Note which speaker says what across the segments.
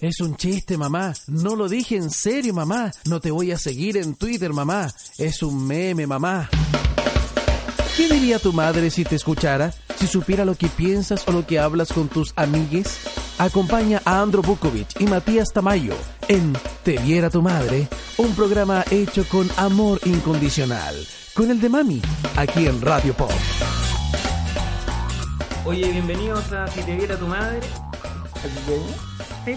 Speaker 1: Es un chiste, mamá. No lo dije en serio, mamá. No te voy a seguir en Twitter, mamá. Es un meme, mamá. ¿Qué diría tu madre si te escuchara? Si supiera lo que piensas o lo que hablas con tus amigues? Acompaña a Andro Bukovic y Matías Tamayo en Te viera tu madre, un programa hecho con amor incondicional, con el de Mami, aquí en Radio Pop.
Speaker 2: Oye, bienvenidos a Si te viera tu madre. Sí,
Speaker 3: Sí,
Speaker 2: no,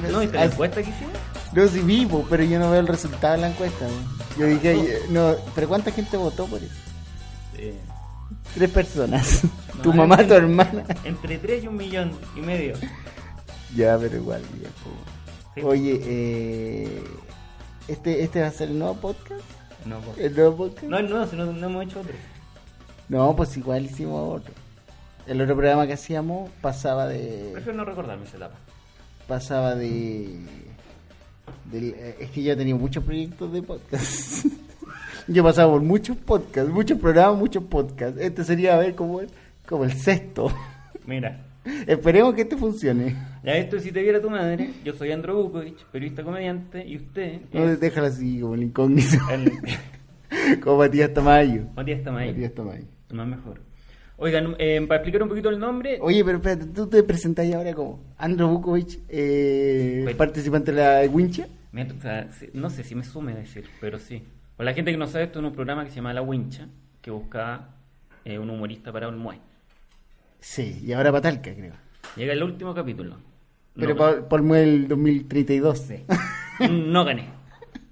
Speaker 3: no,
Speaker 2: no, ¿viste la
Speaker 3: al-
Speaker 2: encuesta que hicimos?
Speaker 3: Yo sí vivo, pero yo no veo el resultado de la encuesta. ¿no? Yo dije, eh, no, pero ¿cuánta gente votó por eso?
Speaker 2: Sí.
Speaker 3: Tres personas.
Speaker 2: No,
Speaker 3: tu
Speaker 2: hay
Speaker 3: mamá, tu
Speaker 2: gente.
Speaker 3: hermana.
Speaker 2: Entre 3 y un millón y medio.
Speaker 3: Ya, pero igual, ya, po.
Speaker 2: Sí.
Speaker 3: Oye, eh, este, este va a ser el nuevo podcast.
Speaker 2: No, po.
Speaker 3: El nuevo podcast.
Speaker 2: no, no, si no, no hemos hecho otro.
Speaker 3: No, pues igual hicimos otro. El otro programa que hacíamos pasaba de.
Speaker 2: Prefiero no recordar mis etapas.
Speaker 3: Pasaba de. del- eh, es que yo he tenido muchos proyectos de podcast. yo he pasado por muchos podcasts, muchos programas, muchos podcasts. Este sería, a ver, como el, como el sexto.
Speaker 2: Mira,
Speaker 3: Esperemos que este funcione.
Speaker 2: ya esto es si te viera tu madre. Yo soy Andro Bukovic, periodista comediante, y usted
Speaker 3: No,
Speaker 2: es
Speaker 3: déjalo así, como el incógnito.
Speaker 2: el
Speaker 3: como Matías Tamayo.
Speaker 2: Matías Tamayo,
Speaker 3: Matías Tamayo.
Speaker 2: el más mejor. Oigan, eh, para explicar un poquito el nombre,
Speaker 3: Oye, pero espérate, tú te presentás ahora como Andro Bukovic, eh,
Speaker 2: Bueno.
Speaker 3: participante de la Wincha.
Speaker 2: me- o sea, sí, no sé si me sume decir, pero sí. Para la gente que no sabe, esto es un programa que se llama La Wincha, que buscaba eh, un humorista para un muay.
Speaker 3: Sí, y ahora Patalca, creo.
Speaker 2: Llega el último capítulo.
Speaker 3: Pero
Speaker 2: No-
Speaker 3: Paul Paul Muel 2032.
Speaker 2: No gané.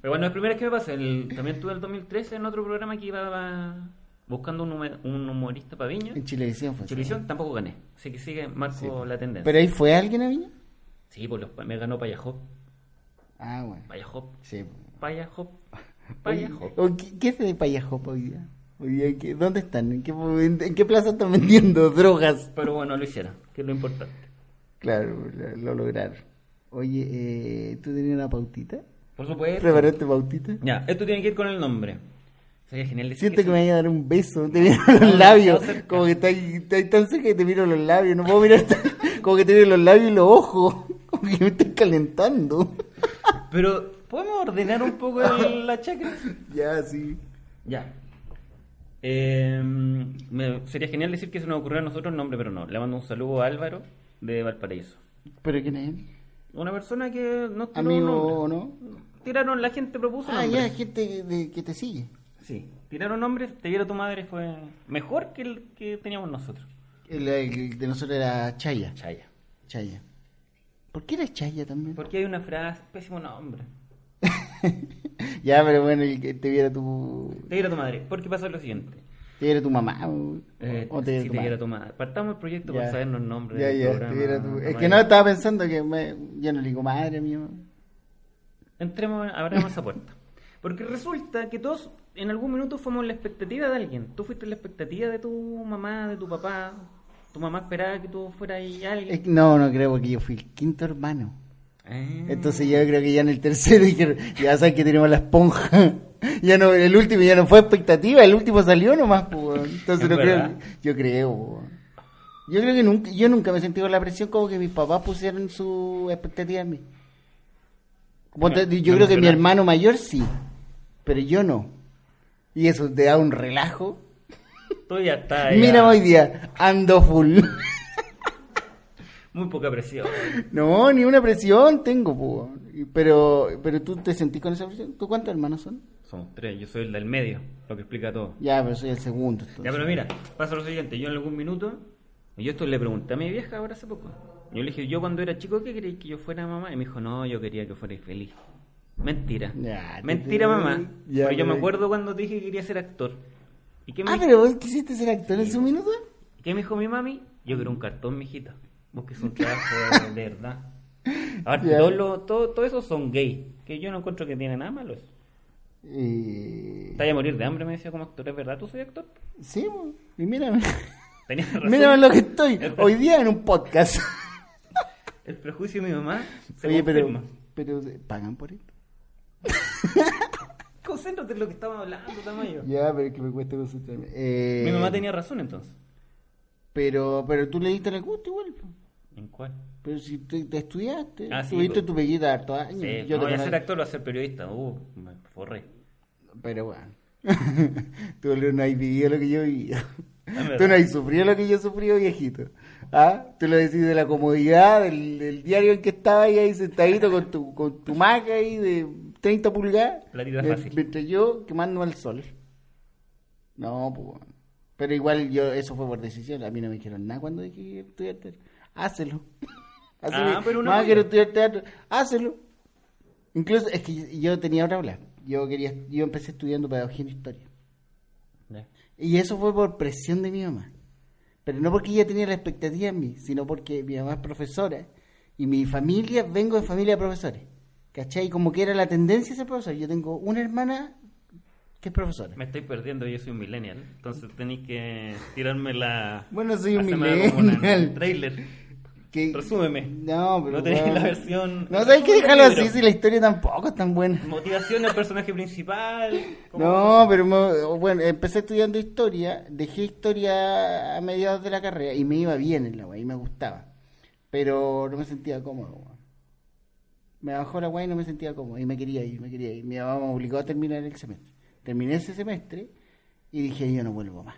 Speaker 2: Pero bueno, la primera vez que me pasa, el- también tuve el 2013 en otro programa que iba buscando un, hume- un humorista para Viña.
Speaker 3: En Chilevisión fue. pues.
Speaker 2: Televisión tampoco gané. Así que sigue marco la tendencia.
Speaker 3: ¿Pero ahí fue alguien a Viña?
Speaker 2: Sí, pues los pa- me ganó Payajop.
Speaker 3: Ah, bueno.
Speaker 2: Payajop.
Speaker 3: Sí.
Speaker 2: Payajop.
Speaker 3: Oye,
Speaker 2: Payajop.
Speaker 3: o ¿Qué, qué se de Payajop hoy día? Hoy día ¿qué- ¿Dónde están? ¿En qué, en- en qué plaza están vendiendo drogas?
Speaker 2: Pero bueno, lo hicieron, que es lo importante.
Speaker 3: Claro, lo, lo lograron. Oye, eh, ¿tú tenías una pautita?
Speaker 2: Por supuesto.
Speaker 3: ¿Preparaste pautita?
Speaker 2: Ya, esto tiene que ir con el nombre. Sería genial decir
Speaker 3: Siento que
Speaker 2: que
Speaker 3: me
Speaker 2: sí.
Speaker 3: voy a dar un beso, te miro los
Speaker 2: no,
Speaker 3: labios,
Speaker 2: no, cerca.
Speaker 3: como que estoy, estoy tan cerca que te miro los labios, no puedo mirar, tan- como que te miro los labios y los ojos, como que me estoy calentando.
Speaker 2: Pero, ¿podemos ordenar un poco el- la chacra?
Speaker 3: Ya, sí.
Speaker 2: Ya. Eh, me- sería genial decir que se nos ocurrió a nosotros el nombre, pero no. Le mando un saludo a Álvaro de Valparaíso.
Speaker 3: ¿Pero quién es él?
Speaker 2: Una persona que no tiró
Speaker 3: ¿Amigo o
Speaker 2: nombre.
Speaker 3: no?
Speaker 2: Tiraron, la gente propuso
Speaker 3: Ah, ya,
Speaker 2: nombres.
Speaker 3: gente de- que te sigue.
Speaker 2: Sí, tiraron nombres. Te viera tu madre fue mejor que el que teníamos nosotros.
Speaker 3: El, el de nosotros era Chaya.
Speaker 2: Chaya.
Speaker 3: Chaya. ¿Por qué era Chaya también?
Speaker 2: Porque hay una frase, pésimo nombre.
Speaker 3: ya, pero bueno, el que te viera tu,
Speaker 2: Te viera tu madre. Porque pasa lo siguiente.
Speaker 3: te viera tu mamá o,
Speaker 2: Eh,
Speaker 3: o te viera
Speaker 2: si
Speaker 3: tu
Speaker 2: te viera
Speaker 3: madre.
Speaker 2: tu madre. Partamos el proyecto
Speaker 3: Ya.
Speaker 2: para sabernos el nombre
Speaker 3: Ya,
Speaker 2: del
Speaker 3: ya,
Speaker 2: programa,
Speaker 3: te viera tu... Es
Speaker 2: Mario.
Speaker 3: que no, estaba pensando que me- yo no le digo madre mía.
Speaker 2: Entremos, abramos esa puerta. Porque resulta que todos en algún minuto fuimos la expectativa de alguien. Tú fuiste la expectativa de tu mamá, de tu papá. Tu mamá esperaba que tú fueras ahí
Speaker 3: Es
Speaker 2: alguien.
Speaker 3: que- no, no creo porque yo fui el quinto hermano.
Speaker 2: Ah.
Speaker 3: Entonces yo creo que ya en el tercero dijeron, ya saben que tenemos la esponja. Ya no, el último ya no fue expectativa, el último salió nomás, pues. weón. Entonces
Speaker 2: Es
Speaker 3: no creo,
Speaker 2: verdad.
Speaker 3: yo creo, pues, weón. Yo creo que nunca, yo nunca me he sentido la presión como que mis papás pusieron su expectativa en mí. Como
Speaker 2: Bueno,
Speaker 3: te- yo
Speaker 2: no es
Speaker 3: creo que mi
Speaker 2: verdad.
Speaker 3: hermano mayor sí, pero yo no. Y eso te da un relajo.
Speaker 2: Tú Ah, ya está.
Speaker 3: Mira hoy día, ando full.
Speaker 2: Muy poca presión.
Speaker 3: no, ni una presión tengo, po. pero pero tú te sentís con esa presión. ¿Tú cuántos hermanos son?
Speaker 2: Somos tres, yo soy el del medio, lo que explica todo.
Speaker 3: Ya, pero soy el segundo. entonces.
Speaker 2: Ya, pero mira, pasa lo siguiente. Yo en algún minuto, yo esto le pregunté a mi vieja ahora hace poco. Yo le dije, yo cuando era chico, ¿qué queréis que yo fuera mamá? Y me dijo, no, yo quería que fuerais feliz. Mentira.
Speaker 3: Ya, te-
Speaker 2: Mentira, mamá.
Speaker 3: Ya,
Speaker 2: pero yo me
Speaker 3: pero-
Speaker 2: acuerdo cuando dije que quería ser actor. ¿Y qué me,
Speaker 3: Ah,
Speaker 2: dijo,
Speaker 3: pero vos quisiste ser actor en su minuto.
Speaker 2: qué me dijo mi mami? Yo quiero un cartón, mijito. Vos que es un trabajo de verdad. Ahora,
Speaker 3: Ya.
Speaker 2: todos los- todo, todo esos son gay, que yo no encuentro que tiene nada malo eso.
Speaker 3: Y...
Speaker 2: Te vaya a morir de hambre, me decía como actor. ¿Es verdad tú soy actor?
Speaker 3: Sí, y mírame.
Speaker 2: Tenías razón.
Speaker 3: Mírame lo que estoy. Hoy día en un podcast.
Speaker 2: El prejuicio de mi mamá se
Speaker 3: Oye, pero,
Speaker 2: confirma.
Speaker 3: pero pagan por esto.
Speaker 2: Concéntrate en lo que estamos hablando, Tamayo.
Speaker 3: Ya, pero es que me cuesta concentrarme. Eh,
Speaker 2: Mi mamá tenía razón entonces.
Speaker 3: Pero, pero tú le diste el gusto igual. po.
Speaker 2: ¿En cuál?
Speaker 3: Pero si te, te estudiaste,
Speaker 2: Ah, sí,
Speaker 3: tuviste
Speaker 2: pues.
Speaker 3: tu peguita harto años.
Speaker 2: Sí,
Speaker 3: Yo
Speaker 2: no voy
Speaker 3: te
Speaker 2: a
Speaker 3: conozco.
Speaker 2: ser actor, voy a ser periodista. Uh, me forré.
Speaker 3: Pero bueno. Tú Leo, no has vivido lo que yo he vivido.
Speaker 2: verdad.
Speaker 3: Tú no has sufrido lo que yo he sufrido, viejito. ¿Ah? Tú lo decís de la comodidad, del, del diario en que estaba ahí, ahí sentadito con tu, con tu maca ahí de 30 pulgadas.
Speaker 2: Platita
Speaker 3: mien-
Speaker 2: fácil.
Speaker 3: Mientras yo quemando al sol. No, pues bueno. Pero igual yo, eso fue por decisión. A mí no me dijeron nada cuando dije que estudiar teatro. Hácelo. Hácelo.
Speaker 2: Ah, pero una
Speaker 3: Mamá,
Speaker 2: buena.
Speaker 3: quiero estudiar teatro. Hácelo. Incluso es que yo- yo tenía otra habla. Yo quería, yo empecé estudiando pedagogía en historia.
Speaker 2: Ya.
Speaker 3: Y eso fue por presión de mi mamá. Pero no porque ella tenía la expectativa en mí, sino porque mi mamá es profesora y mi familia, vengo de familia de profesores. ¿Cachai? Como que era la tendencia a ser profesor. Yo tengo una hermana que es profesora.
Speaker 2: Me estoy perdiendo, yo soy un millennial. Entonces tenéis que tirarme la.
Speaker 3: Bueno, soy un
Speaker 2: hacerme como una-
Speaker 3: millennial.
Speaker 2: un trailer.
Speaker 3: Que-
Speaker 2: Resúmeme.
Speaker 3: No, pero.
Speaker 2: No tenéis
Speaker 3: weón.
Speaker 2: la versión.
Speaker 3: No, sabes que déjalo así
Speaker 2: Libro.
Speaker 3: si la historia tampoco es tan buena.
Speaker 2: Motivación del personaje principal. ¿cómo?
Speaker 3: No, pero me- bueno, empecé estudiando historia, dejé historia a mediados de la carrera y me iba bien en la weá y me gustaba. Pero no me sentía cómodo, weón. Me bajó la weá y no me sentía cómodo y me quería ir, me quería ir. Mi mamá me obligó a terminar el semestre. Terminé ese semestre y dije, yo no vuelvo más.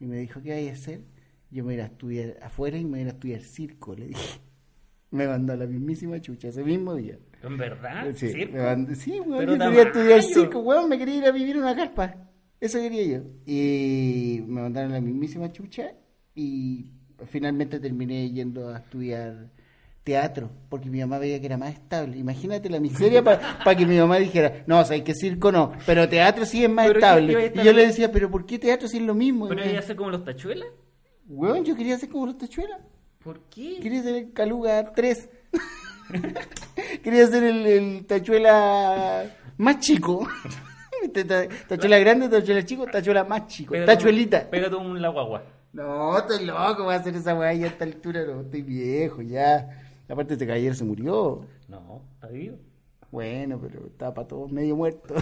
Speaker 3: Y me dijo, ¿qué vais a hacer? Yo me voy a ir a estudiar afuera y me voy a ir a estudiar circo, le dije. Me mandó a la mismísima chucha ese mismo día.
Speaker 2: ¿En verdad?
Speaker 3: Eh, Sí,
Speaker 2: ¿Ah? ¿Circo?
Speaker 3: me mandé- sí, weón,
Speaker 2: Pero
Speaker 3: yo quería estudiar
Speaker 2: Tamayo.
Speaker 3: circo, weón, me quería ir a vivir en una carpa. Eso quería yo. Y me mandaron a la mismísima chucha y finalmente terminé yendo a estudiar teatro, porque mi mamá veía que era más estable. Imagínate la miseria para que mi mamá dijera, no, o sea, que circo no, pero teatro sí es más
Speaker 2: Pero que iba a
Speaker 3: estable.
Speaker 2: estar
Speaker 3: Y yo le
Speaker 2: bien.
Speaker 3: decía, pero ¿por qué teatro si es lo mismo? Y
Speaker 2: ¿Pero
Speaker 3: me-
Speaker 2: ella hace como los tachuelas?
Speaker 3: Weón, yo quería ser como los tachuelas.
Speaker 2: ¿Por qué?
Speaker 3: Quería ser el Caluga 3. Quería ser el, el Tachuela más chico. Ta- ta- Tachuela grande, Tachuela chico, Tachuela más chico.
Speaker 2: Pégate
Speaker 3: Tachuelita.
Speaker 2: un- Pégate un la guagua.
Speaker 3: No, estoy loco, voy a hacer esa weá ya a esta altura. No, estoy viejo ya. Aparte, este caballero se murió.
Speaker 2: No, está vivo.
Speaker 3: Bueno, pero estaba para todos medio muerto.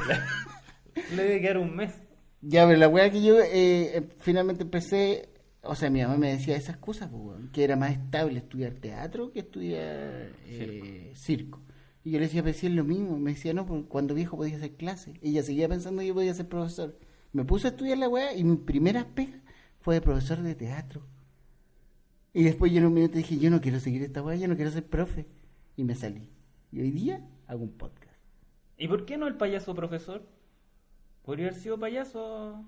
Speaker 2: Le debe quedar un mes.
Speaker 3: Ya, pero la weá que yo eh, eh, finalmente empecé, o sea, mi mamá me decía esas cosas, pues, weón, que era más estable estudiar teatro que estudiar eh, circo. Y yo le decía, pero si es lo mismo, me decía, no, pues, cuando viejo podía hacer clases. Ella seguía pensando que yo podía ser profesor. Me puse a estudiar la weá y mi primera pega fue de profesor de teatro. Y después yo en un minuto dije, yo no quiero seguir esta weá, yo no quiero ser profe. Y me salí. Y hoy día hago un podcast.
Speaker 2: ¿Y por qué no el payaso profesor? Podría haber sido payaso.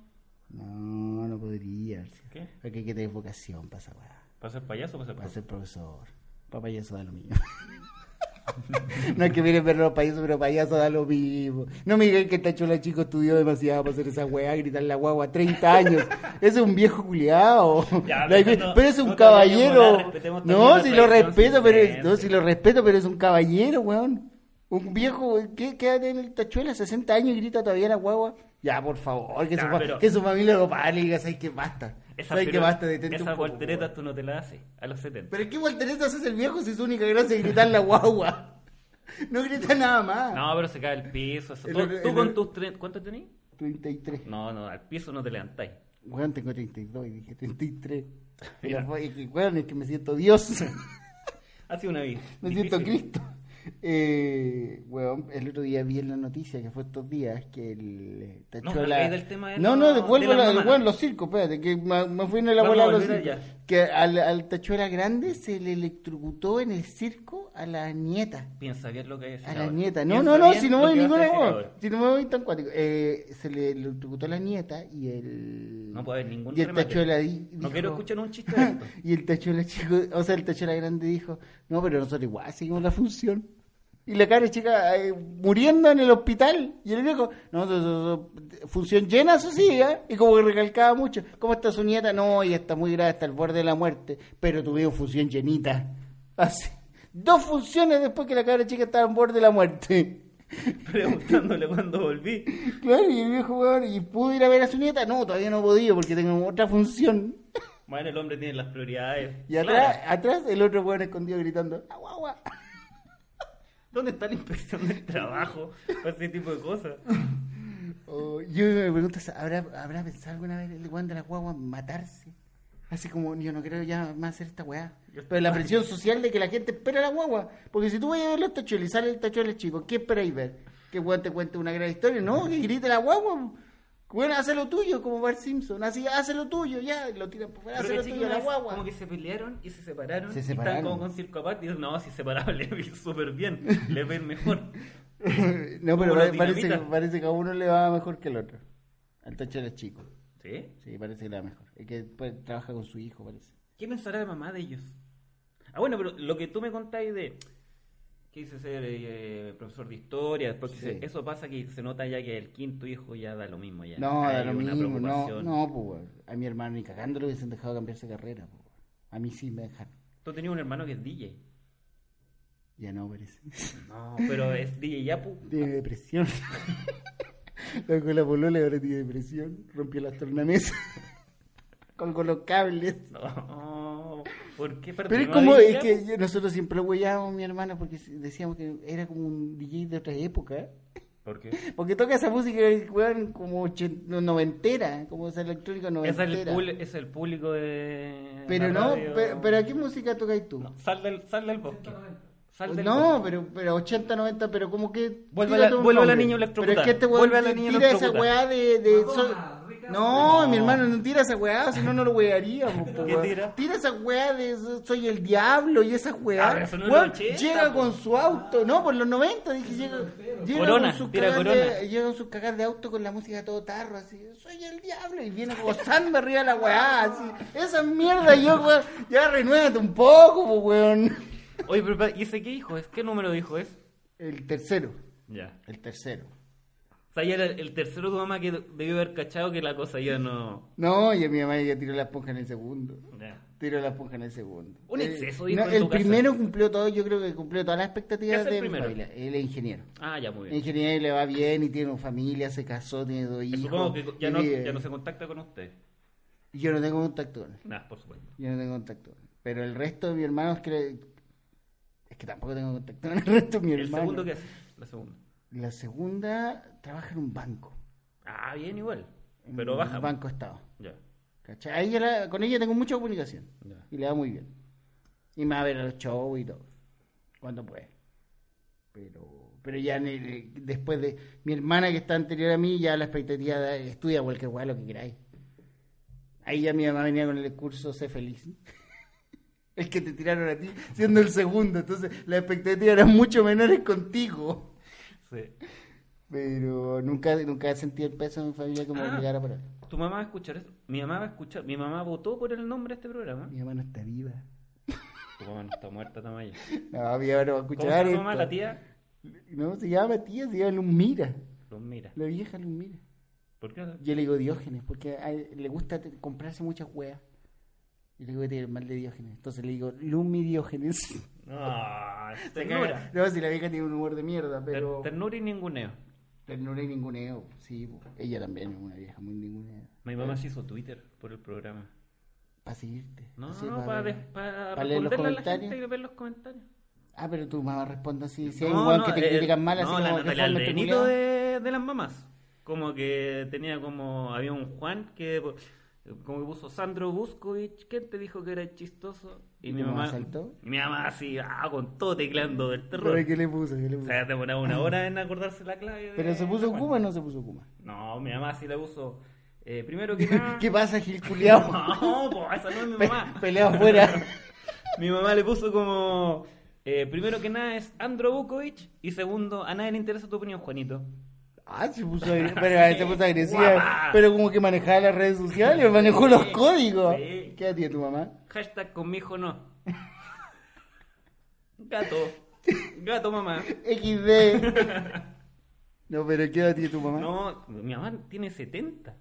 Speaker 3: No, no podría. haber sido.
Speaker 2: ¿Qué?
Speaker 3: Porque hay que tener vocación para esa weá.
Speaker 2: ¿Para ser payaso o para ser
Speaker 3: Para
Speaker 2: profesor?
Speaker 3: ser profesor. Para payaso da lo mismo. no es que miren ver los payasos, pero payaso da lo mismo. No me digan que esta chola chico estudió demasiado para hacer esa weá, gritar la guagua 30 años. Ese es un viejo culiado.
Speaker 2: Ya,
Speaker 3: La-
Speaker 2: pero no-
Speaker 3: pero es un
Speaker 2: no te vayamos a
Speaker 3: caballero.
Speaker 2: dar, respetemos también
Speaker 3: No,
Speaker 2: la
Speaker 3: si lo
Speaker 2: tradición
Speaker 3: respeto, pero es- no,
Speaker 2: circense.
Speaker 3: si lo respeto, pero es un caballero, weón. Un viejo, ¿qué queda en el tachuela? 60 años y grita todavía la guagua. Ya, por favor, que,
Speaker 2: Ya,
Speaker 3: su, fa-
Speaker 2: pero-
Speaker 3: que su familia lo pare y diga, ¿sabes qué? Basta.
Speaker 2: Esas
Speaker 3: ¿Sabes qué?
Speaker 2: pelotas-
Speaker 3: Basta, detente un
Speaker 2: esas
Speaker 3: poco,
Speaker 2: volteretas tú no te las haces a los 70.
Speaker 3: pero es que Waltereta haces el viejo si su única gracia es gritar la guagua. No grita nada más.
Speaker 2: No, pero se cae el piso. Eso.
Speaker 3: El-
Speaker 2: Tú,
Speaker 3: el-
Speaker 2: tú
Speaker 3: el-
Speaker 2: con tus tres. ¿Cuántos tenías?
Speaker 3: 33.
Speaker 2: No, no, al piso no te levantáis.
Speaker 3: Weón, tengo 32 y dije 33.
Speaker 2: Mira.
Speaker 3: Pero fue- es que, weón, es que me siento Dios.
Speaker 2: Ha sido una vida.
Speaker 3: me siento
Speaker 2: difícil.
Speaker 3: Cristo. Eh, weón, el otro día vi en la noticia que fue estos días que el eh,
Speaker 2: No,
Speaker 3: Tachuela.
Speaker 2: salgáis del tema de
Speaker 3: no,
Speaker 2: lo-
Speaker 3: no, devuelvo
Speaker 2: de las
Speaker 3: la-
Speaker 2: mamadas.
Speaker 3: weón, los circos, espérate, que me, me fui en el
Speaker 2: Vamos
Speaker 3: abuelo
Speaker 2: a
Speaker 3: de los
Speaker 2: volver
Speaker 3: circos.
Speaker 2: allá.
Speaker 3: Que al, al Tachuela Grande se le electrocutó en el circo a la nieta.
Speaker 2: Piensa bien lo que es.
Speaker 3: A la nieta. No, no, no, si no me voy ninguna hueá. Si no me voy tan cuático. Eh, se le electrocutó a la nieta y el.
Speaker 2: No puede haber ningún
Speaker 3: Y el
Speaker 2: remate.
Speaker 3: tachuela di-
Speaker 2: No
Speaker 3: dijo-
Speaker 2: quiero escuchar un chiste de esto.
Speaker 3: Y el tachuela chico, o sea, el tachuela grande dijo: No, pero nosotros igual seguimos la función. Y la cara chica eh, muriendo en el hospital. Y el viejo, no, so- so- so- función llena, eso sí, ¿eh? Y como que recalcaba mucho: ¿Cómo está su nieta? No, ella está muy grave, está al borde de la muerte. Pero tuvimos función llenita. Así. Dos funciones después que la cabra chica estaba en borde de la muerte.
Speaker 2: preguntándole cuándo volví.
Speaker 3: Claro, y el viejo weón, ¿y pudo ir a ver a su nieta? No, todavía no he podido porque tengo otra función.
Speaker 2: Bueno, el hombre tiene las prioridades.
Speaker 3: Y atrás,
Speaker 2: claras.
Speaker 3: atrás el otro weón escondido gritando, agua, agua.
Speaker 2: ¿Dónde está la inspección del trabajo? Para ese tipo de cosas.
Speaker 3: Oh, yo me pregunto, ¿habrá, ¿habrá pensado alguna vez el weón de la guagua matarse? Así como, yo no creo ya más hacer esta weá.
Speaker 2: Yo estoy
Speaker 3: Pero la
Speaker 2: mal.
Speaker 3: presión social de que la gente espera a la guagua. Porque si tú vas a ver los tachuelos y sale el tachuelo chico, ¿qué esperáis ver? Que weón te cuente una gran historia. No, que grite la guagua. Bueno, haz lo tuyo, como Bart Simpson. Así, haz lo tuyo, ya. y Lo tiran por fuera, haz
Speaker 2: Pero
Speaker 3: lo
Speaker 2: caché que
Speaker 3: tuyo,
Speaker 2: una
Speaker 3: la
Speaker 2: vez
Speaker 3: guagua.
Speaker 2: Como que se pelearon y se separaron.
Speaker 3: Se
Speaker 2: y estaban
Speaker 3: separaron.
Speaker 2: como con circo aparte. Y dicen, no, si separados le ven súper bien. Le ven mejor.
Speaker 3: No, pero
Speaker 2: Como la
Speaker 3: pare- parece,
Speaker 2: dinamita.
Speaker 3: parece que a uno le va mejor que al otro. Al tachuelo chico.
Speaker 2: ¿Sí?
Speaker 3: Sí, parece que le va mejor. El que pues, trabaja con su hijo, parece.
Speaker 2: ¿Qué pensará la mamá de ellos? Ah, bueno, pero lo que tú me contáis de que hice ser eh, profesor de historia, después que
Speaker 3: Sí.
Speaker 2: se- eso pasa que se nota ya que el quinto hijo ya da lo mismo. Ya
Speaker 3: No,
Speaker 2: Hay
Speaker 3: da lo
Speaker 2: una
Speaker 3: mismo, no,
Speaker 2: preocupación.
Speaker 3: no, pues, weón. a mi hermano ni cagando le hubiesen dejado cambiarse de carrera, pues, weón. a mí sí me dejaron,
Speaker 2: Tú tenías un hermano que es DJ.
Speaker 3: ya no parece.
Speaker 2: No, pero es DJ ya, pu.
Speaker 3: Tiene depresión. Luego la polola ahora tiene depresión, rompió las tornamesas, colgó los cables.
Speaker 2: No, ¿por qué
Speaker 3: Pero es
Speaker 2: no
Speaker 3: como,
Speaker 2: había DJ?
Speaker 3: es que yo- nosotros siempre lo huellábamos mi hermana porque decíamos que era como un DJ de otra época,
Speaker 2: ¿Por qué?
Speaker 3: porque toca esa música, weón, como ochen- noventera, como esa electrónica
Speaker 2: Es
Speaker 3: noventera.
Speaker 2: el, pul- es el público de.
Speaker 3: Pero
Speaker 2: la
Speaker 3: no,
Speaker 2: radio.
Speaker 3: pero, pero ¿a qué música tocáis tú?
Speaker 2: No, sal, del, sal del bosque. Sal del
Speaker 3: Pues No,
Speaker 2: bosque.
Speaker 3: pero, pero 80, 90, pero como que.
Speaker 2: Vuelve
Speaker 3: tírate
Speaker 2: la-
Speaker 3: un
Speaker 2: vuelve la
Speaker 3: nombre.
Speaker 2: niña electrocutada.
Speaker 3: Pero es que este weón
Speaker 2: Vuelve a la niña
Speaker 3: tira esa
Speaker 2: electrocutada.
Speaker 3: weá de. de sol- no, mi hermano no tira esa weá, si no, no lo wearíamos. po,
Speaker 2: ¿Qué
Speaker 3: weón.
Speaker 2: tira?
Speaker 3: esa weá de so- soy el diablo y esa
Speaker 2: Ah,
Speaker 3: weá.
Speaker 2: pero eso no es
Speaker 3: Weón,
Speaker 2: los 80,
Speaker 3: llega
Speaker 2: po.
Speaker 3: con su auto, no, por los 90, dije, llega. llega
Speaker 2: Corona,
Speaker 3: con sus
Speaker 2: tira
Speaker 3: cagas
Speaker 2: corona.
Speaker 3: de, llega con sus cagas de auto con la música a todo tarro, así. Soy el diablo y viene gozando arriba de la weá, así. Esa mierda, yo, weón, ya renuévate un poco, po, weón.
Speaker 2: Oye, pero, pa- ¿y ese qué hijo es? ¿Qué número de hijo es?
Speaker 3: El tercero.
Speaker 2: Ya.
Speaker 3: El tercero.
Speaker 2: O sea, ya era el tercero de tu mamá que debió haber cachado que la cosa ya no.
Speaker 3: No, y a mi mamá ya tiró la esponja en el segundo.
Speaker 2: Ya.
Speaker 3: Tiró la esponja en el segundo. Eh,
Speaker 2: Un exceso de hijo en
Speaker 3: el
Speaker 2: tu casa.
Speaker 3: primero cumplió todo, yo creo que cumplió todas las
Speaker 2: ¿Qué
Speaker 3: expectativas
Speaker 2: es el
Speaker 3: de mi
Speaker 2: primero?
Speaker 3: familia. Él es ingeniero.
Speaker 2: Ah, ya, muy
Speaker 3: El
Speaker 2: bien.
Speaker 3: ingeniero y le va bien y tiene una familia, se casó, tiene dos hijos.
Speaker 2: Eh, Supongo que ya
Speaker 3: y
Speaker 2: no,
Speaker 3: vive.
Speaker 2: ya no se contacta con usted.
Speaker 3: Yo no tengo contacto con él.
Speaker 2: Nada, por supuesto.
Speaker 3: Yo no tengo contacto con él. Pero el resto de mis hermanos creo... Es que tampoco tengo contacto con el resto de mis
Speaker 2: ¿El
Speaker 3: hermanos.
Speaker 2: segundo qué hace? La segunda.
Speaker 3: La segunda trabaja en un banco.
Speaker 2: Ah, bien, igual.
Speaker 3: en
Speaker 2: Pero
Speaker 3: un
Speaker 2: baja. pues.
Speaker 3: Banco Estado.
Speaker 2: Ya.
Speaker 3: ¿Cachai? A ella la- con ella tengo mucha comunicación.
Speaker 2: Ya.
Speaker 3: Y le va muy bien. Y me va a ver a los shows y todo. Cuando puede. Pero, pero ya en el- después de mi hermana que está anterior a mí, ya la expectativa de estudia cualquier guay, lo que queráis. Ahí ya mi mamá venía con el discurso sé feliz. el que te tiraron a ti, siendo el segundo. Entonces las expectativas eran mucho menores contigo.
Speaker 2: Sí.
Speaker 3: Pero nunca, nunca sentí el peso de mi familia que me
Speaker 2: Ah.
Speaker 3: obligara para.
Speaker 2: ¿Tu mamá va a escuchar eso? Mi mamá va a escuchar. Mi mamá votó por el nombre de este programa.
Speaker 3: Mi mamá no está viva.
Speaker 2: Tu mamá no Pues está muerta, Tamaya.
Speaker 3: No, mi mamá no va a
Speaker 2: ¿Cómo se
Speaker 3: escuchar.
Speaker 2: llama mamá?
Speaker 3: esto.
Speaker 2: la tía?
Speaker 3: No, se llama tía, se llama Lumira.
Speaker 2: Los mira.
Speaker 3: La vieja Lumira.
Speaker 2: ¿Por qué? no?
Speaker 3: Yo le digo Diógenes, porque a él le gusta te- comprarse muchas weas. Y le digo que tiene el mal de Diógenes. Entonces le digo Lumi Diógenes.
Speaker 2: No,
Speaker 3: Se
Speaker 2: Ah, ternura.
Speaker 3: caga. No, si la vieja tiene un humor de mierda, pero.
Speaker 2: Ter- Ternura y ninguneo.
Speaker 3: Ternura y ninguneo. Sí, po. ella también es una vieja muy ningunea.
Speaker 2: Mi mamá
Speaker 3: Eh.
Speaker 2: se hizo Twitter por el programa.
Speaker 3: Para seguirte.
Speaker 2: No,
Speaker 3: así,
Speaker 2: no,
Speaker 3: pa'
Speaker 2: para,
Speaker 3: ver.
Speaker 2: des- para
Speaker 3: pa' leer
Speaker 2: responderle a
Speaker 3: los
Speaker 2: la
Speaker 3: comentarios.
Speaker 2: gente y ver los comentarios.
Speaker 3: Ah, pero tu mamá responde así. Si hay
Speaker 2: No,
Speaker 3: un weón
Speaker 2: no,
Speaker 3: que te
Speaker 2: eh,
Speaker 3: critican mal, así
Speaker 2: no, la
Speaker 3: como que
Speaker 2: Natalia
Speaker 3: forma este
Speaker 2: Aldenito
Speaker 3: culiao.
Speaker 2: de, de las mamás. Como que tenía como. Había un Juan que. po- Como que puso Sandro Buscovich, que te dijo que era chistoso? Y
Speaker 3: ¿Y
Speaker 2: mi
Speaker 3: tu mamá
Speaker 2: mamá.
Speaker 3: saltó?
Speaker 2: y mi mamá así, ah, con todo teclando del terror.
Speaker 3: Pero ¿qué le puso? ¿Qué le
Speaker 2: O
Speaker 3: puso?
Speaker 2: sea, eh. demoraba una hora en acordarse la clave. de-
Speaker 3: Pero se puso
Speaker 2: Juan.
Speaker 3: Kuma o no se puso Kuma.
Speaker 2: No, mi mamá sí la puso. eh, primero que nada.
Speaker 3: ¿Qué pasa, Gil culiao?
Speaker 2: No, po, esa no es mi
Speaker 3: Pe-
Speaker 2: mamá.
Speaker 3: pelea afuera.
Speaker 2: Mi mamá le puso como. eh, primero que nada es Andro Bukovic y segundo, a nadie le interesa tu opinión, Juanito.
Speaker 3: Ah, se puso, agre- pero, se puso agresiva.
Speaker 2: Guapa.
Speaker 3: Pero como que manejaba las redes sociales, manejó los
Speaker 2: Sí,
Speaker 3: códigos.
Speaker 2: sí.
Speaker 3: ¿Qué edad tiene tu mamá?
Speaker 2: Hashtag conmigo no. Gato. Gato, mamá.
Speaker 3: XD. No, pero ¿qué edad tiene tu mamá?
Speaker 2: No, mi mamá tiene 70.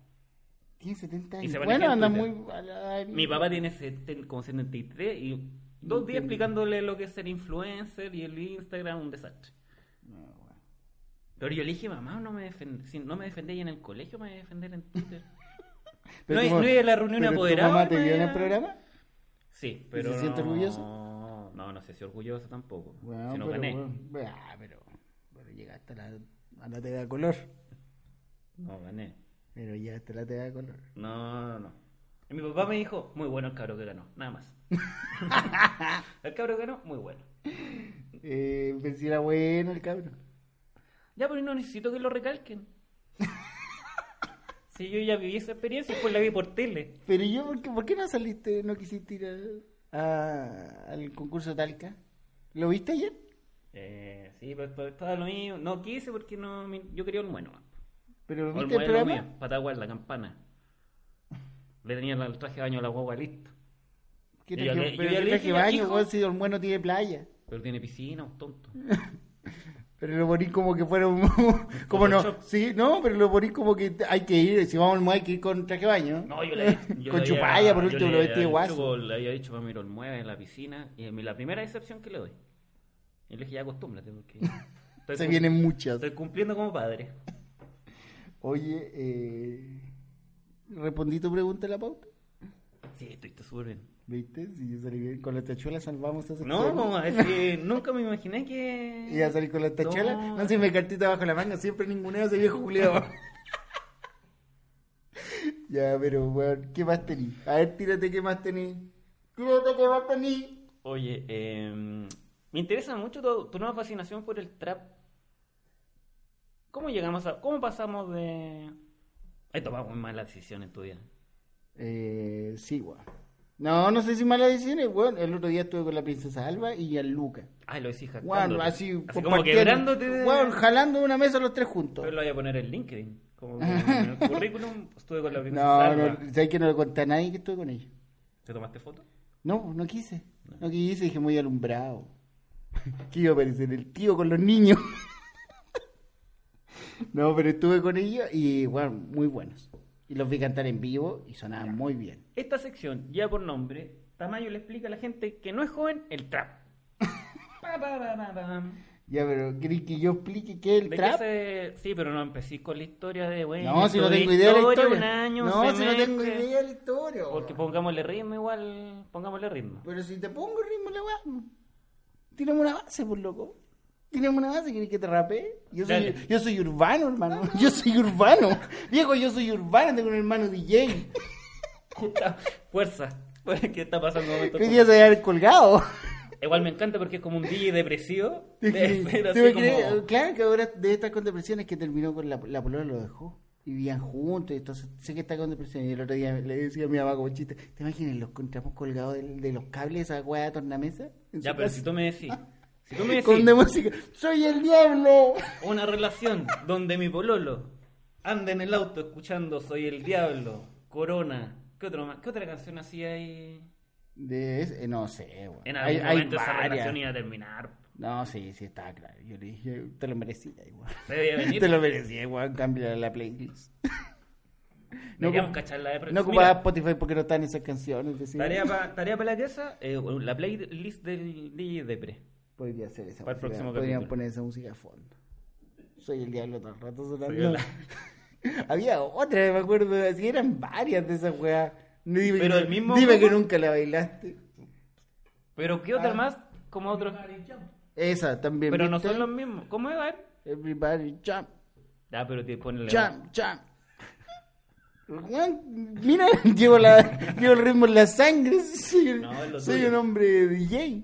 Speaker 3: Tiene 70
Speaker 2: Y se maneja
Speaker 3: años. Bueno,
Speaker 2: en
Speaker 3: anda
Speaker 2: Twitter.
Speaker 3: muy... a la-
Speaker 2: Mi papá tiene 70 como 73 y Dos días explicándole lo que es ser influencer y el Instagram, un desastre.
Speaker 3: No, Ah, bueno.
Speaker 2: Pero yo le dije, mamá, no me, defend- si no me defendéis en el colegio, me voy a defender en Twitter. No
Speaker 3: Pero tu
Speaker 2: es-
Speaker 3: mam-
Speaker 2: no es la reunión
Speaker 3: pero tu
Speaker 2: apoderado,
Speaker 3: mamá te
Speaker 2: no
Speaker 3: vio en
Speaker 2: es-
Speaker 3: el programa?
Speaker 2: Sí, pero.
Speaker 3: se siente
Speaker 2: no-
Speaker 3: orgulloso?
Speaker 2: No, no sé si orgulloso tampoco.
Speaker 3: Bueno,
Speaker 2: si no
Speaker 3: pero,
Speaker 2: gané.
Speaker 3: bueno, ah, pero, pero llegaste a la, a la TV a color.
Speaker 2: No gané.
Speaker 3: Pero llegaste a la TV a color.
Speaker 2: No, no, no. Y mi papá me dijo, muy bueno el cabro que ganó, nada más. el cabro que ganó, muy bueno.
Speaker 3: Eh, pero si era bueno el cabrón.
Speaker 2: Ya, pero no necesito que lo recalquen. Si yo ya viví esa experiencia, pues la vi por tele.
Speaker 3: Pero yo, ¿por qué, por qué no saliste, no quisiste ir a- a- al concurso de Talca? ¿Lo viste ayer?
Speaker 2: Eh, sí, pero esto- estaba lo mío. No quise porque no, mi- yo quería un bueno.
Speaker 3: ¿Pero
Speaker 2: Olmo
Speaker 3: viste el
Speaker 2: era lo
Speaker 3: programa?
Speaker 2: mío, Pataguas, la campana. Le tenía el traje de baño a la guagua listo.
Speaker 3: ¿Qué
Speaker 2: Yo ya le-
Speaker 3: traje-
Speaker 2: yo
Speaker 3: pero
Speaker 2: ya
Speaker 3: qué
Speaker 2: le
Speaker 3: traje
Speaker 2: dije,
Speaker 3: baño,
Speaker 2: hijo.
Speaker 3: weón, si el bueno tiene playa.
Speaker 2: Pero tiene piscina, un tonto.
Speaker 3: Pero lo poní como que fuera un... como no,
Speaker 2: Photoshop.
Speaker 3: sí, no, pero lo poní como que hay que ir, si vamos al mall hay que ir con traje de baño.
Speaker 2: No, yo le yo
Speaker 3: Con
Speaker 2: le había-
Speaker 3: chupalla, por
Speaker 2: yo le
Speaker 3: último, lo vestí de
Speaker 2: había
Speaker 3: guaso.
Speaker 2: dicho, Le había dicho, mami, lo mueve en la piscina. Y mi- la primera excepción que le doy. Y le dije, ya acostúmbrate, porque. estoy
Speaker 3: Se
Speaker 2: cum-
Speaker 3: vienen muchas.
Speaker 2: Estoy cumpliendo como padre.
Speaker 3: Oye, eh, respondí tu pregunta en la pauta.
Speaker 2: Sí, estoy estoy súper bien.
Speaker 3: ¿Viste? Si yo salí bien con la tachuela, salvamos esta sección.
Speaker 2: No, como es que nunca me imaginé que.
Speaker 3: Y a salir con la tachuela. No,
Speaker 2: No.
Speaker 3: sé si me cartita bajo la manga, siempre ninguneo a ese viejo culiao. ya, pero weón, ¿qué más tení? A ver, tírate, ¿qué más tení? Tírate, ¿qué más tení?
Speaker 2: Oye, eh, me interesa mucho tu, tu nueva fascinación por el trap. ¿Cómo llegamos a.? ¿Cómo pasamos de.? He tomado muy mala decisión en tu vida.
Speaker 3: Eh, sí, weón. No, no sé si malas decisiones, weón. El otro día estuve con la princesa Alba y Gianluca.
Speaker 2: Ay, lo hiciste
Speaker 3: Weón, así,
Speaker 2: como
Speaker 3: compartiendo.
Speaker 2: quebrándote. de-
Speaker 3: Weón, jalando una mesa los tres juntos.
Speaker 2: Pero lo voy a poner en LinkedIn. Como que en el currículum estuve con la princesa
Speaker 3: No,
Speaker 2: Alba.
Speaker 3: no, sabes que no le conté a nadie que estuve con ella.
Speaker 2: ¿Te tomaste foto?
Speaker 3: No, no quise. No quise, dije muy alumbrado. Que iba a parecer el tío con los niños. No, pero estuve con ellos y, bueno, muy buenos. Y los vi cantar en vivo y sonaban muy bien.
Speaker 2: Esta sección ya por nombre. Tamayo le explica a la gente que no es joven el trap. Pa, pa, pa, pa, pam.
Speaker 3: Ya, pero ¿queréis que yo explique qué es el
Speaker 2: ¿De
Speaker 3: trap?
Speaker 2: qué se- Sí, pero no empecé con la historia de, bueno,
Speaker 3: No, si no
Speaker 2: estudié
Speaker 3: tengo idea de la historia.
Speaker 2: un año, un
Speaker 3: no, si no tengo
Speaker 2: semestre.
Speaker 3: idea de la historia.
Speaker 2: Porque
Speaker 3: weón.
Speaker 2: pongámosle ritmo igual, pongámosle ritmo.
Speaker 3: Pero si te pongo ritmo la weá, tírame una base, por loco. Tírame una base, ¿querés que te rapee? Yo soy,
Speaker 2: Dale.
Speaker 3: yo soy urbano, hermano. Yo soy urbano. Viejo, yo soy urbano, tengo un hermano DJ.
Speaker 2: Puta, Fuerza. ¿Qué está pasando? en estos
Speaker 3: Hoy día se va a haber colgado.
Speaker 2: momentos? Igual me encanta porque es como un DJ depresivo.
Speaker 3: Te
Speaker 2: Debe
Speaker 3: cre-
Speaker 2: ser
Speaker 3: te
Speaker 2: así
Speaker 3: voy a
Speaker 2: como-
Speaker 3: creer. Claro que ahora debe estar con depresiones que terminó con la, la polola, lo dejó. Y vivían juntos, y entonces sé que está con depresión. Y el otro día le decía a mi mamá como chiste, ¿te imaginas los contrapos colgados del- de, los cables esa weá de tornamesa? En
Speaker 2: Ya,
Speaker 3: su
Speaker 2: pero
Speaker 3: casa.
Speaker 2: si tú me decís, si tú me decís
Speaker 3: Con de música, ¡soy el diablo!
Speaker 2: una relación donde mi pololo anda en el auto escuchando Soy el Diablo, Corona, ¿qué, otro más? ¿Qué otra canción así hay?
Speaker 3: De ese- eh, no sé, weón.
Speaker 2: En
Speaker 3: Hay-
Speaker 2: algún
Speaker 3: hay
Speaker 2: momento esa
Speaker 3: varias.
Speaker 2: relación iba a terminar.
Speaker 3: No, sí, sí, está claro. Yo le dije, te lo merecía igual.
Speaker 2: Se debía venir.
Speaker 3: Te lo merecía igual, cambia la playlist. No,
Speaker 2: Deberíamos
Speaker 3: ocup-
Speaker 2: cachar la depresión.
Speaker 3: no ocupaba
Speaker 2: Mira,
Speaker 3: Spotify porque no están esas canciones. decía.
Speaker 2: Tarea para tarea pa la casa, eh, bueno, la playlist del DJ Depre.
Speaker 3: Podría ser esa
Speaker 2: Para el
Speaker 3: música.
Speaker 2: próximo
Speaker 3: Podrían
Speaker 2: capítulo.
Speaker 3: poner esa música a fondo. Soy el diablo todo el rato sonando. Había otra, me acuerdo. Así eran varias de esas weas. No, Dime,
Speaker 2: Pero
Speaker 3: que-
Speaker 2: el mismo
Speaker 3: dime
Speaker 2: grupo.
Speaker 3: que nunca la bailaste.
Speaker 2: Pero ¿qué
Speaker 3: Ah.
Speaker 2: otra más? Como otro.
Speaker 3: Esa también.
Speaker 2: Pero no
Speaker 3: ¿viste?
Speaker 2: son los mismos. ¿Cómo es? A ver.
Speaker 3: Everybody jump.
Speaker 2: Ah, pero te ponen la.
Speaker 3: Jump, jump. Weón, Mira, llevo, la, llevo el ritmo en la sangre. Soy,
Speaker 2: No, es lo
Speaker 3: soy
Speaker 2: tuyo.
Speaker 3: un hombre DJ.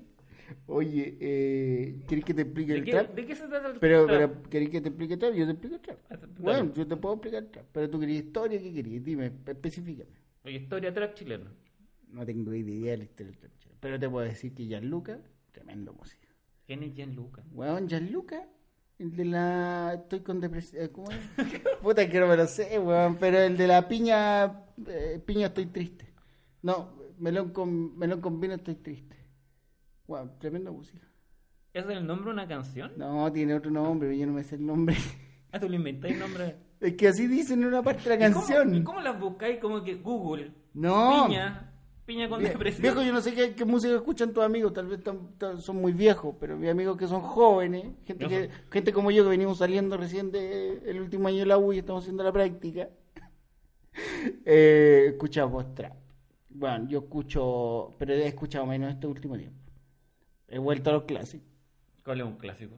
Speaker 3: Oye, eh, ¿querés que te explique
Speaker 2: ¿De
Speaker 3: el
Speaker 2: qué,
Speaker 3: trap?
Speaker 2: de qué se trata el
Speaker 3: Pero,
Speaker 2: trap?
Speaker 3: pero, ¿querés que te explique el trap? Yo te explico el trap.
Speaker 2: Ah, dale.
Speaker 3: Bueno, yo te puedo explicar el trap. Pero tú querías historia, ¿qué querías? Dime, específicame.
Speaker 2: La Historia trap chilena.
Speaker 3: No tengo idea de la historia del trap. chileno, Pero te puedo decir que Gianluca, tremendo músico.
Speaker 2: ¿Quién es Gianluca?
Speaker 3: Weón, Gianluca, el de la. Estoy con depresión. ¿Cómo es? Puta que no me lo sé, weón. Pero el de la piña. eh, piña estoy triste. No, melón con, melón con vino estoy triste. Weón, tremenda música.
Speaker 2: ¿Ese es el nombre de una canción?
Speaker 3: No, tiene otro nombre, pero yo no me sé el nombre.
Speaker 2: Ah, tú lo inventaste el nombre.
Speaker 3: Es que así dicen en una parte de la
Speaker 2: ¿Y cómo-
Speaker 3: canción.
Speaker 2: ¿Y cómo las buscáis? Como que Google.
Speaker 3: No.
Speaker 2: Piña. Piña con
Speaker 3: Vie-
Speaker 2: depresión.
Speaker 3: Viejo, yo no sé qué, qué música escuchan tus amigos, tal vez tan- tan- son muy viejos, pero mis amigos que son jóvenes, gente, que, gente como yo que venimos saliendo recién del el último año de la U y estamos haciendo la práctica, eh, escuchamos trap. Bueno, yo escucho, pero he escuchado menos este último tiempo. He vuelto a los clásicos.
Speaker 2: ¿Cuál es un clásico?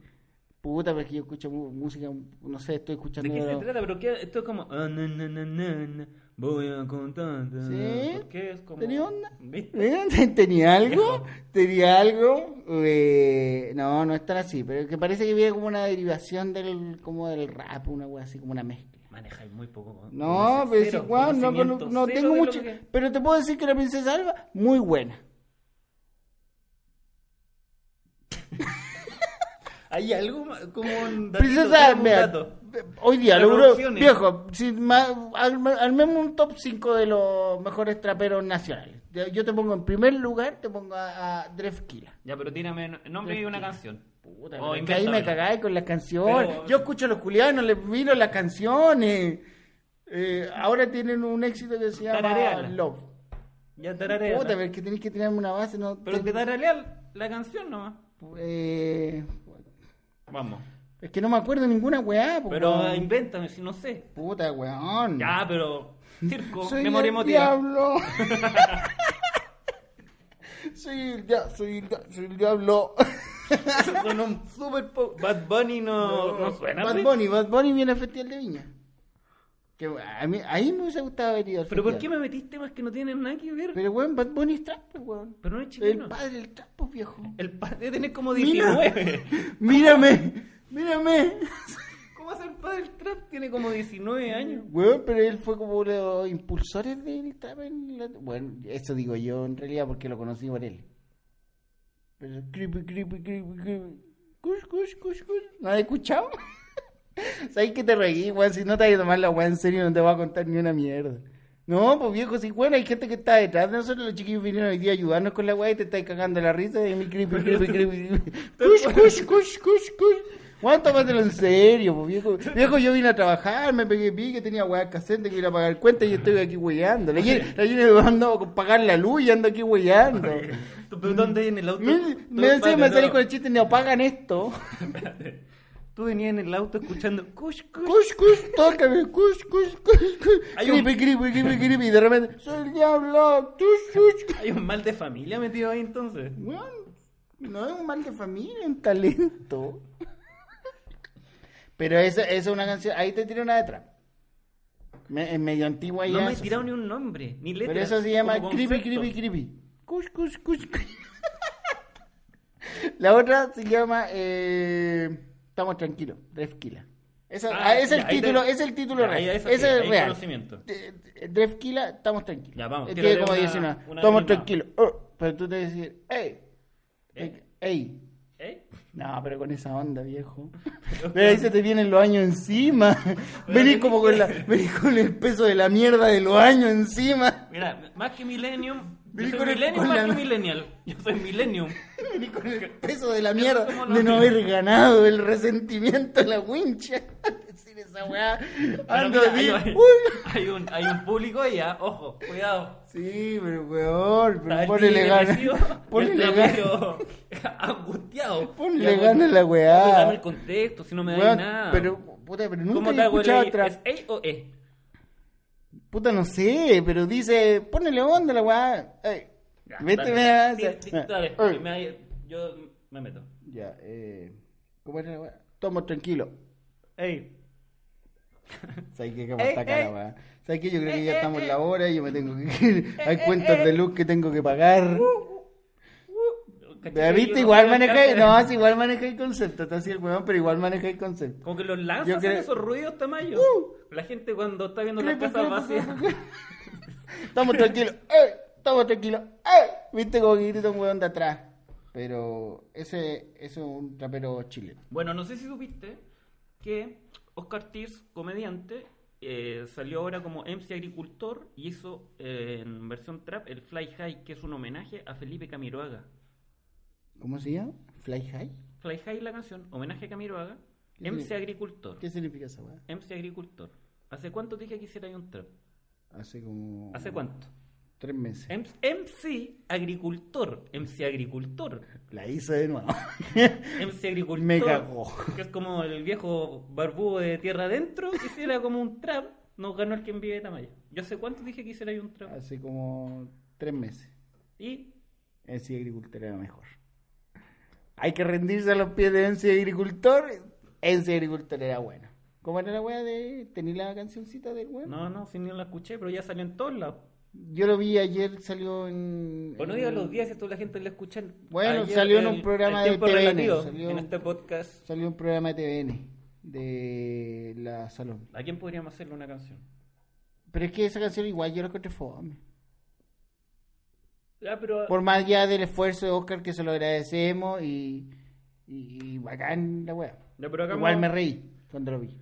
Speaker 3: Puta, pero es que yo escucho mu- música, no sé, estoy
Speaker 2: ¿De
Speaker 3: escuchando...
Speaker 2: qué se trata? Pero qué, esto es como. "Ah, na, na, na, na, na, voy a contarte.
Speaker 3: ¿Sí?
Speaker 2: ¿Por qué es como.?
Speaker 3: ¿Tenía onda?
Speaker 2: ¿Viste?
Speaker 3: ¿Eh? ¿Tenía algo?
Speaker 2: Viejo.
Speaker 3: ¿Tenía algo? Eh, no, no es tan así, pero que parece que viene como una derivación del, como del rap, una wea así, como una mezcla.
Speaker 2: Manejáis muy poco.
Speaker 3: No, pero es igual, no,
Speaker 2: conocimiento
Speaker 3: conozco- no
Speaker 2: cero
Speaker 3: tengo
Speaker 2: de lo
Speaker 3: mucho.
Speaker 2: que-
Speaker 3: Pero te puedo decir que la princesa Alba, muy buena.
Speaker 2: Hay algo ma- como un datito, como
Speaker 3: Princesa
Speaker 2: un
Speaker 3: Pues, mira,
Speaker 2: dato.
Speaker 3: hoy día logró,
Speaker 2: Reproducciones.
Speaker 3: viejo, sin más, al- armemos un top 5 de los mejores traperos nacionales. Yo yo te pongo en primer lugar, te pongo a, a Drefkila.
Speaker 2: Ya, pero tírame no- nombre y una canción.
Speaker 3: Puta,
Speaker 2: O
Speaker 3: pero es que ahí me
Speaker 2: invéntamela.
Speaker 3: cagáis con las canciones.
Speaker 2: Pero-
Speaker 3: Yo escucho a los culianos, les miro las canciones. Eh, ahora tienen un éxito que se llama
Speaker 2: Tarareala.
Speaker 3: Love.
Speaker 2: Ya tararea.
Speaker 3: Puta, pero es que tenés que tirarme una base. No,
Speaker 2: Pero que tararea la canción nomás.
Speaker 3: Eh,
Speaker 2: Vamos.
Speaker 3: es que no me acuerdo ninguna weá. po,
Speaker 2: Pero
Speaker 3: weón.
Speaker 2: invéntame, si no sé.
Speaker 3: Puta, weón.
Speaker 2: Ya, pero. Circo,
Speaker 3: Soy
Speaker 2: memoria
Speaker 3: el
Speaker 2: emotiva.
Speaker 3: diablo. soy el diablo, soy el, dia- soy el diablo.
Speaker 2: Suena un super po- Bad Bunny no, no, suena. pues.
Speaker 3: Bad
Speaker 2: ¿sí?
Speaker 3: Bunny, Bad Bunny viene al Festival de Viña. Que a mí, ahí me hubiese gustado haber ido al
Speaker 2: Pero ¿por qué
Speaker 3: festival.
Speaker 2: me metiste temas que no tienen nada que ver?
Speaker 3: Pero weón, Bad Bunny es trap, pues, weón.
Speaker 2: Pero no es
Speaker 3: El
Speaker 2: chileno.
Speaker 3: padre del trap, pues, viejo.
Speaker 2: El padre tiene como
Speaker 3: Mira.
Speaker 2: 19.
Speaker 3: Mírame, mírame.
Speaker 2: ¿Cómo hace el padre del trap? Tiene como 19 años.
Speaker 3: Weón, pero él fue como uno de los impulsores del trap en la... Bueno, eso digo yo en realidad porque lo conocí por él. Pero creepy, creepy, creepy, creepy. Cush, cush, cush, cush. ¿No has escuchado? ¿Sabes que te reí, weón? Si no te vas a tomar la weá en serio, no te voy a contar ni una mierda. No, pues viejo, sí, bueno, hay gente que está detrás de nosotros. Los chiquillos vinieron hoy día a ayudarnos con la weá y te estáis cagando la risa de mi creepy, creepy, creepy. Cush, cush, cush, cush, cush. Weón, tómatelo en serio, pues viejo. Viejo, yo vine a trabajar, me pegué pique, tenía weá casete que ir a pagar cuentas y yo estoy aquí weyando. La gente la gente me mandó a pagar la luz y ando aquí weyando.
Speaker 2: ¿Tú, pero ¿Dónde hay en el auto?
Speaker 3: Me,
Speaker 2: Tú-
Speaker 3: me, encima
Speaker 2: espérate,
Speaker 3: me salí
Speaker 2: no.
Speaker 3: con el chiste, no pagan esto.
Speaker 2: Espérate. Tú venías en el auto escuchando. Cush, cush.
Speaker 3: Cush, cush, tócame, cush, cush, cush, cush.
Speaker 2: Hay un-
Speaker 3: Creepy, creepy, creepy, creepy. Y de repente, soy el diablo. Tush, tush.
Speaker 2: Hay un mal de familia metido ahí entonces.
Speaker 3: Weón, no es un mal de familia, es un talento. Pero esa, esa es una canción. Ahí te tiro una de trap. Me- es medio antigua y
Speaker 2: No me he
Speaker 3: eso.
Speaker 2: tirado ni un nombre, ni letra.
Speaker 3: Pero eso se llama
Speaker 2: como
Speaker 3: creepy,
Speaker 2: concepto.
Speaker 3: creepy, creepy. Cush, cush, cush, cush. La otra se llama eh, Estamos tranquilos, Drefkila. Esa,
Speaker 2: Ah,
Speaker 3: ah, es, el
Speaker 2: ya, ahí
Speaker 3: título,
Speaker 2: te-
Speaker 3: es el título
Speaker 2: ya,
Speaker 3: real.
Speaker 2: ahí eso
Speaker 3: Ese
Speaker 2: sí,
Speaker 3: es
Speaker 2: ahí
Speaker 3: real.
Speaker 2: conocimiento.
Speaker 3: De- de- Drefkila, estamos tranquilos.
Speaker 2: Ya, vamos,
Speaker 3: Eh,
Speaker 2: tírate
Speaker 3: Tiene como
Speaker 2: una-
Speaker 3: 19.
Speaker 2: una Eh.
Speaker 3: Estamos
Speaker 2: misma.
Speaker 3: tranquilos. Oh, pero tú te decís, ¡ey! ¡ey! ey".
Speaker 2: ¿Eh?
Speaker 3: No, pero con esa onda, viejo. Pero ahí se te vienen los años encima. Venís como con la, venís con el peso de la mierda de los años encima.
Speaker 2: Mira, más que Millennium. Yo
Speaker 3: Vení
Speaker 2: soy
Speaker 3: con el-
Speaker 2: Millennium
Speaker 3: con
Speaker 2: más
Speaker 3: la-
Speaker 2: que Millennial. Yo soy Millennium.
Speaker 3: Venís con el peso de la mierda
Speaker 2: ¿Cómo no?
Speaker 3: de no haber ganado el resentimiento de la wincha. Decir esa weá.
Speaker 2: Pero
Speaker 3: Ando
Speaker 2: mira,
Speaker 3: bien.
Speaker 2: hay,
Speaker 3: Uy.
Speaker 2: hay un, hay un público allá, ojo, cuidado.
Speaker 3: Sí, pero weón,
Speaker 2: Está
Speaker 3: pero
Speaker 2: el
Speaker 3: ponele
Speaker 2: tigre
Speaker 3: ganas.
Speaker 2: depresivo, el
Speaker 3: Ponele ganas.
Speaker 2: rapero angustiado.
Speaker 3: Ponle ganas a la weá.
Speaker 2: No me dame el contexto, si no me da
Speaker 3: Weón,
Speaker 2: nada.
Speaker 3: Pero, puta, pero
Speaker 2: ¿Cómo
Speaker 3: nunca
Speaker 2: te
Speaker 3: he
Speaker 2: hago el
Speaker 3: escuchado
Speaker 2: ley?
Speaker 3: otra.
Speaker 2: ¿Es E o E?
Speaker 3: Puta, no sé, pero dice, ponele onda a la weá. Ey,
Speaker 2: Ya,
Speaker 3: vete,
Speaker 2: dale.
Speaker 3: mira,
Speaker 2: Sí,
Speaker 3: ya.
Speaker 2: sí, dale,
Speaker 3: Ey.
Speaker 2: me- yo me meto.
Speaker 3: Ya, eh. ¿Cómo era la weá? Tomo tranquilo.
Speaker 2: Ey,
Speaker 3: ¿Sabes qué? Cómo
Speaker 2: Ey,
Speaker 3: está acá la
Speaker 2: ey.
Speaker 3: weá. ¿Sabes qué? Yo creo que ya estamos en la hora y yo me tengo que ir. Hay cuentas de luz que tengo que pagar.
Speaker 2: ¿cachai?
Speaker 3: ¿Ya ¿Viste?
Speaker 2: Yo
Speaker 3: Igual
Speaker 2: no soy
Speaker 3: maneja,
Speaker 2: alcalde.
Speaker 3: no, sí, igual maneja el concepto. Está así el weón, pero igual maneja el concepto.
Speaker 2: Como que los lanzas
Speaker 3: Yo
Speaker 2: en
Speaker 3: creo- Uh.
Speaker 2: esos ruidos, Tamayo. La gente cuando está viendo las
Speaker 3: Crepe,
Speaker 2: casas
Speaker 3: crepe,
Speaker 2: vacías.
Speaker 3: crepe, crepe. Estamos tranquilos. ¡Ey! Estamos tranquilos. ¡Ey! Viste como que grita un weón de atrás. Pero ese, ese es un trapero chileno.
Speaker 2: Bueno, no sé si supiste que Oscar Tears, comediante, eh, salió ahora como MC Agricultor y hizo eh, en versión trap el Fly High, que es un homenaje a Felipe Camiroaga.
Speaker 3: ¿Cómo se llama? Fly High.
Speaker 2: Fly High la canción, homenaje a Camiroaga,
Speaker 3: ¿Qué
Speaker 2: MC
Speaker 3: significa?
Speaker 2: Agricultor.
Speaker 3: ¿Qué significa esa weá?
Speaker 2: MC Agricultor. ¿Hace cuánto te dije que hiciera yo un trap?
Speaker 3: Hace como.
Speaker 2: ¿Hace cuánto?
Speaker 3: Tres meses.
Speaker 2: Em- MC Agricultor. MC Agricultor.
Speaker 3: La hice de nuevo.
Speaker 2: MC Agricultor.
Speaker 3: Me cagó.
Speaker 2: Que es como el viejo barbudo de tierra adentro. Que si era como un trap. Nos ganó el quien vive de Tamaya. Yo sé cuánto dije que hiciera ahí un trap.
Speaker 3: Hace como tres meses.
Speaker 2: Y
Speaker 3: En agricultura era mejor. Hay que rendirse a los pies de Enci Agricultor. Enci Agricultor era bueno. ¿Cómo era la wea de tener la cancioncita del weón?
Speaker 2: no, no, si ni la escuché, pero ya salió en todos lados.
Speaker 3: Yo lo vi ayer, salió en.
Speaker 2: Bueno,
Speaker 3: en-
Speaker 2: diga Pues los días si toda la gente la escucha.
Speaker 3: Bueno, salió en un programa de
Speaker 2: tiempo
Speaker 3: TVN,
Speaker 2: relativo,
Speaker 3: salió-
Speaker 2: En este podcast,
Speaker 3: Salió un programa de TVN de la Salón.
Speaker 2: ¿a quién podríamos hacerle una canción?
Speaker 3: Pero es que esa canción igual yo la encontré fome.
Speaker 2: Ya, pero
Speaker 3: Por más allá del esfuerzo de Oscar, que se lo agradecemos y. Y, y bacán la wea.
Speaker 2: Ya, pero hagamos-
Speaker 3: Igual me reí cuando lo vi.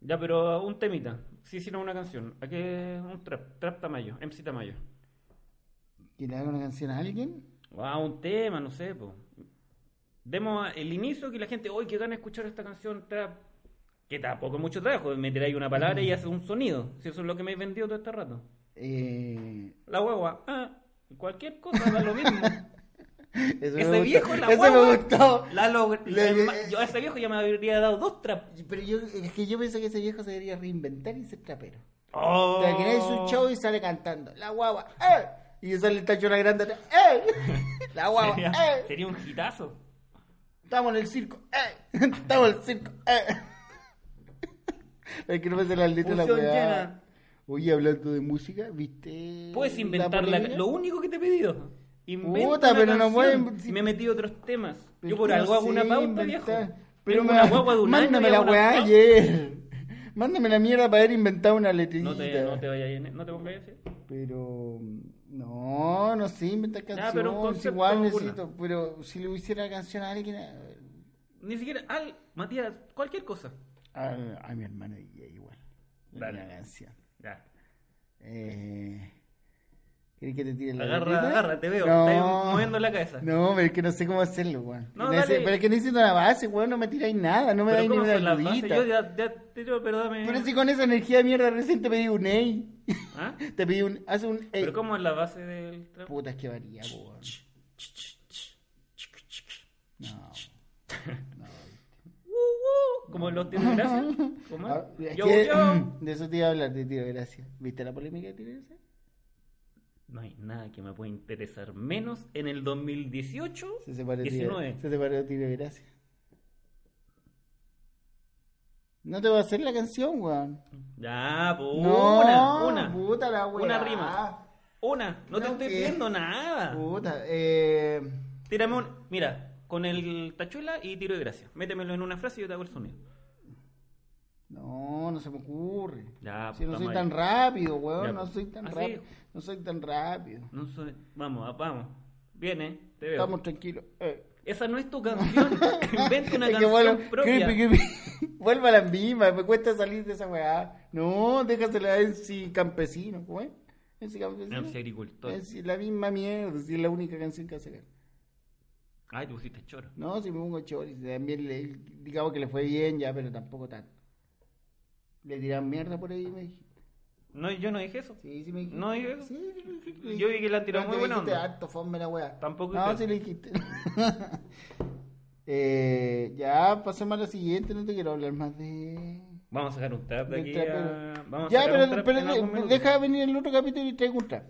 Speaker 2: Ya, pero un temita. Si hicieron una canción, ¿a qué? Un trap, trap Tamayo, MC Tamayo.
Speaker 3: ¿Que le haga una canción a alguien?
Speaker 2: Ah, un tema, no sé, po. Demos a- el inicio que la gente, hoy que gana escuchar esta canción trap. Que tampoco es mucho trabajo, meter ahí una palabra y hace un sonido. Si eso es lo que me he vendido todo este rato.
Speaker 3: Eh.
Speaker 2: La hueva, ah, cualquier cosa da lo mismo.
Speaker 3: Eso me
Speaker 2: ese
Speaker 3: gustó.
Speaker 2: viejo, la
Speaker 3: Eso
Speaker 2: guagua,
Speaker 3: me gustó.
Speaker 2: la log-
Speaker 3: Le-
Speaker 2: el ma- yo a ese viejo ya me habría dado dos trap.
Speaker 3: Pero yo, es que yo pensé que ese viejo se debería reinventar y ser trapero.
Speaker 2: Oh.
Speaker 3: Te imaginas su show y sale cantando. La guagua, ¡eh! Y sale el tacho la grande, ¡eh! La guagua,
Speaker 2: sería,
Speaker 3: ¡eh!
Speaker 2: sería un hitazo.
Speaker 3: Estamos en el circo, ¡eh! Estamos en el circo, ¡eh! Es que no me sé la letra de la
Speaker 2: Función
Speaker 3: weá.
Speaker 2: llena.
Speaker 3: Oye, hablando de música, ¿viste?
Speaker 2: Puedes inventar la,
Speaker 3: polémica?
Speaker 2: lo único que te he pedido. Inventa
Speaker 3: Puta,
Speaker 2: una
Speaker 3: pero no
Speaker 2: canción.
Speaker 3: pueden-
Speaker 2: Y me he metido otros temas.
Speaker 3: Pero
Speaker 2: yo por
Speaker 3: es que
Speaker 2: algo
Speaker 3: no
Speaker 2: hago una
Speaker 3: sé
Speaker 2: pauta,
Speaker 3: inventar.
Speaker 2: viejo.
Speaker 3: Pero
Speaker 2: Tengo
Speaker 3: ma-
Speaker 2: una guagua de un año
Speaker 3: mándame
Speaker 2: y
Speaker 3: la
Speaker 2: hago una
Speaker 3: weá
Speaker 2: pauta.
Speaker 3: ayer. Mándame la mierda para haber inventado una letrilla.
Speaker 2: No te, no te vayas, en- no te pongas así.
Speaker 3: Pero no, no sé inventar
Speaker 2: Ya,
Speaker 3: canciones.
Speaker 2: pero un concepto,
Speaker 3: igual
Speaker 2: una.
Speaker 3: necesito, pero si le hiciera canción a alguien, a,
Speaker 2: Ni siquiera, al, Matías, cualquier cosa.
Speaker 3: a- a mi hermana DJ igual.
Speaker 2: Dale.
Speaker 3: Una canción.
Speaker 2: Ya.
Speaker 3: Eh, ¿Quieres que te tire la
Speaker 2: Agarra,
Speaker 3: letrita?
Speaker 2: agarra, te veo. Estás moviendo la cabeza.
Speaker 3: No, pero es que no sé cómo hacerlo, weón.
Speaker 2: No,
Speaker 3: Nece-
Speaker 2: dale.
Speaker 3: pero es que necesito una base, weón, no me tiráis nada, no me
Speaker 2: Pero
Speaker 3: dais ni
Speaker 2: ¿cómo
Speaker 3: una
Speaker 2: son las bases?
Speaker 3: ayudita.
Speaker 2: Yo ya, ya te digo, pero dame.
Speaker 3: Pero si con esa energía de mierda recién te pedí un ey.
Speaker 2: ¿Ah?
Speaker 3: Te pedí un, hace un ey.
Speaker 2: ¿Pero cómo es la base del trap?
Speaker 3: Puta, es que varía, po, weón. No.
Speaker 2: Como los tíos de gracia. ¿Cómo es?
Speaker 3: Ah, es
Speaker 2: Yo,
Speaker 3: que- mm,
Speaker 2: yo.
Speaker 3: De eso te iba a hablar, de tiro de gracia. ¿Viste la polémica de tiro de gracia?
Speaker 2: No hay nada que me pueda interesar menos en el 2018.
Speaker 3: Se separó, tiro,
Speaker 2: 19.
Speaker 3: se separó tiro de gracia. No te voy a hacer la canción, weón.
Speaker 2: Ya, pues,
Speaker 3: no,
Speaker 2: una, una.
Speaker 3: Puta la weá.
Speaker 2: Una rima. Una. No, te
Speaker 3: No,
Speaker 2: estoy
Speaker 3: ¿qué?
Speaker 2: pidiendo nada.
Speaker 3: Puta, eh.
Speaker 2: Tírame un. Mira, con el tachuela y tiro de gracia. Métemelo en una frase y yo te hago el sonido.
Speaker 3: No, no se me ocurre.
Speaker 2: Ya,
Speaker 3: si no
Speaker 2: puta
Speaker 3: soy
Speaker 2: madre.
Speaker 3: tan rápido, weón.
Speaker 2: Ya,
Speaker 3: no
Speaker 2: pues.
Speaker 3: soy tan
Speaker 2: Así.
Speaker 3: rápido. No soy tan rápido.
Speaker 2: No soy- Vamos, ah, vamos. Viene, te veo.
Speaker 3: Estamos tranquilos. Eh.
Speaker 2: Esa no es tu canción. Inventa una
Speaker 3: Es que
Speaker 2: canción
Speaker 3: vuelvo-
Speaker 2: propia.
Speaker 3: creepy, creepy. Vuelvo a la misma, me cuesta salir de esa weá. No, déjasela en si campesino, ¿cómo es? En si campesino.
Speaker 2: MC agricultor.
Speaker 3: En si la misma mierda, si es la única canción que hace.
Speaker 2: Ay, te pusiste choro.
Speaker 3: No, si me pongo choris, también le, digamos que le fue bien ya, pero tampoco tanto. Le tiran mierda por ahí, me dijiste.
Speaker 2: No, yo no dije eso.
Speaker 3: Sí, sí me dijiste.
Speaker 2: No, yo-
Speaker 3: Sí, sí me dijiste, me
Speaker 2: yo vi que la han tirado
Speaker 3: No,
Speaker 2: muy
Speaker 3: que
Speaker 2: buena
Speaker 3: me dijiste
Speaker 2: onda.
Speaker 3: harto, fome la weá.
Speaker 2: Tampoco
Speaker 3: No,
Speaker 2: usted.
Speaker 3: sí le dijiste. eh, ya, pasemos a la siguiente, no te quiero hablar más de...
Speaker 2: Vamos a sacar un trap de
Speaker 3: Del
Speaker 2: aquí.
Speaker 3: trapero.
Speaker 2: a- Vamos a
Speaker 3: ya,
Speaker 2: sacar
Speaker 3: pero,
Speaker 2: un trap
Speaker 3: pero
Speaker 2: en algún minuto.
Speaker 3: deja venir el otro capítulo y traigo un trap.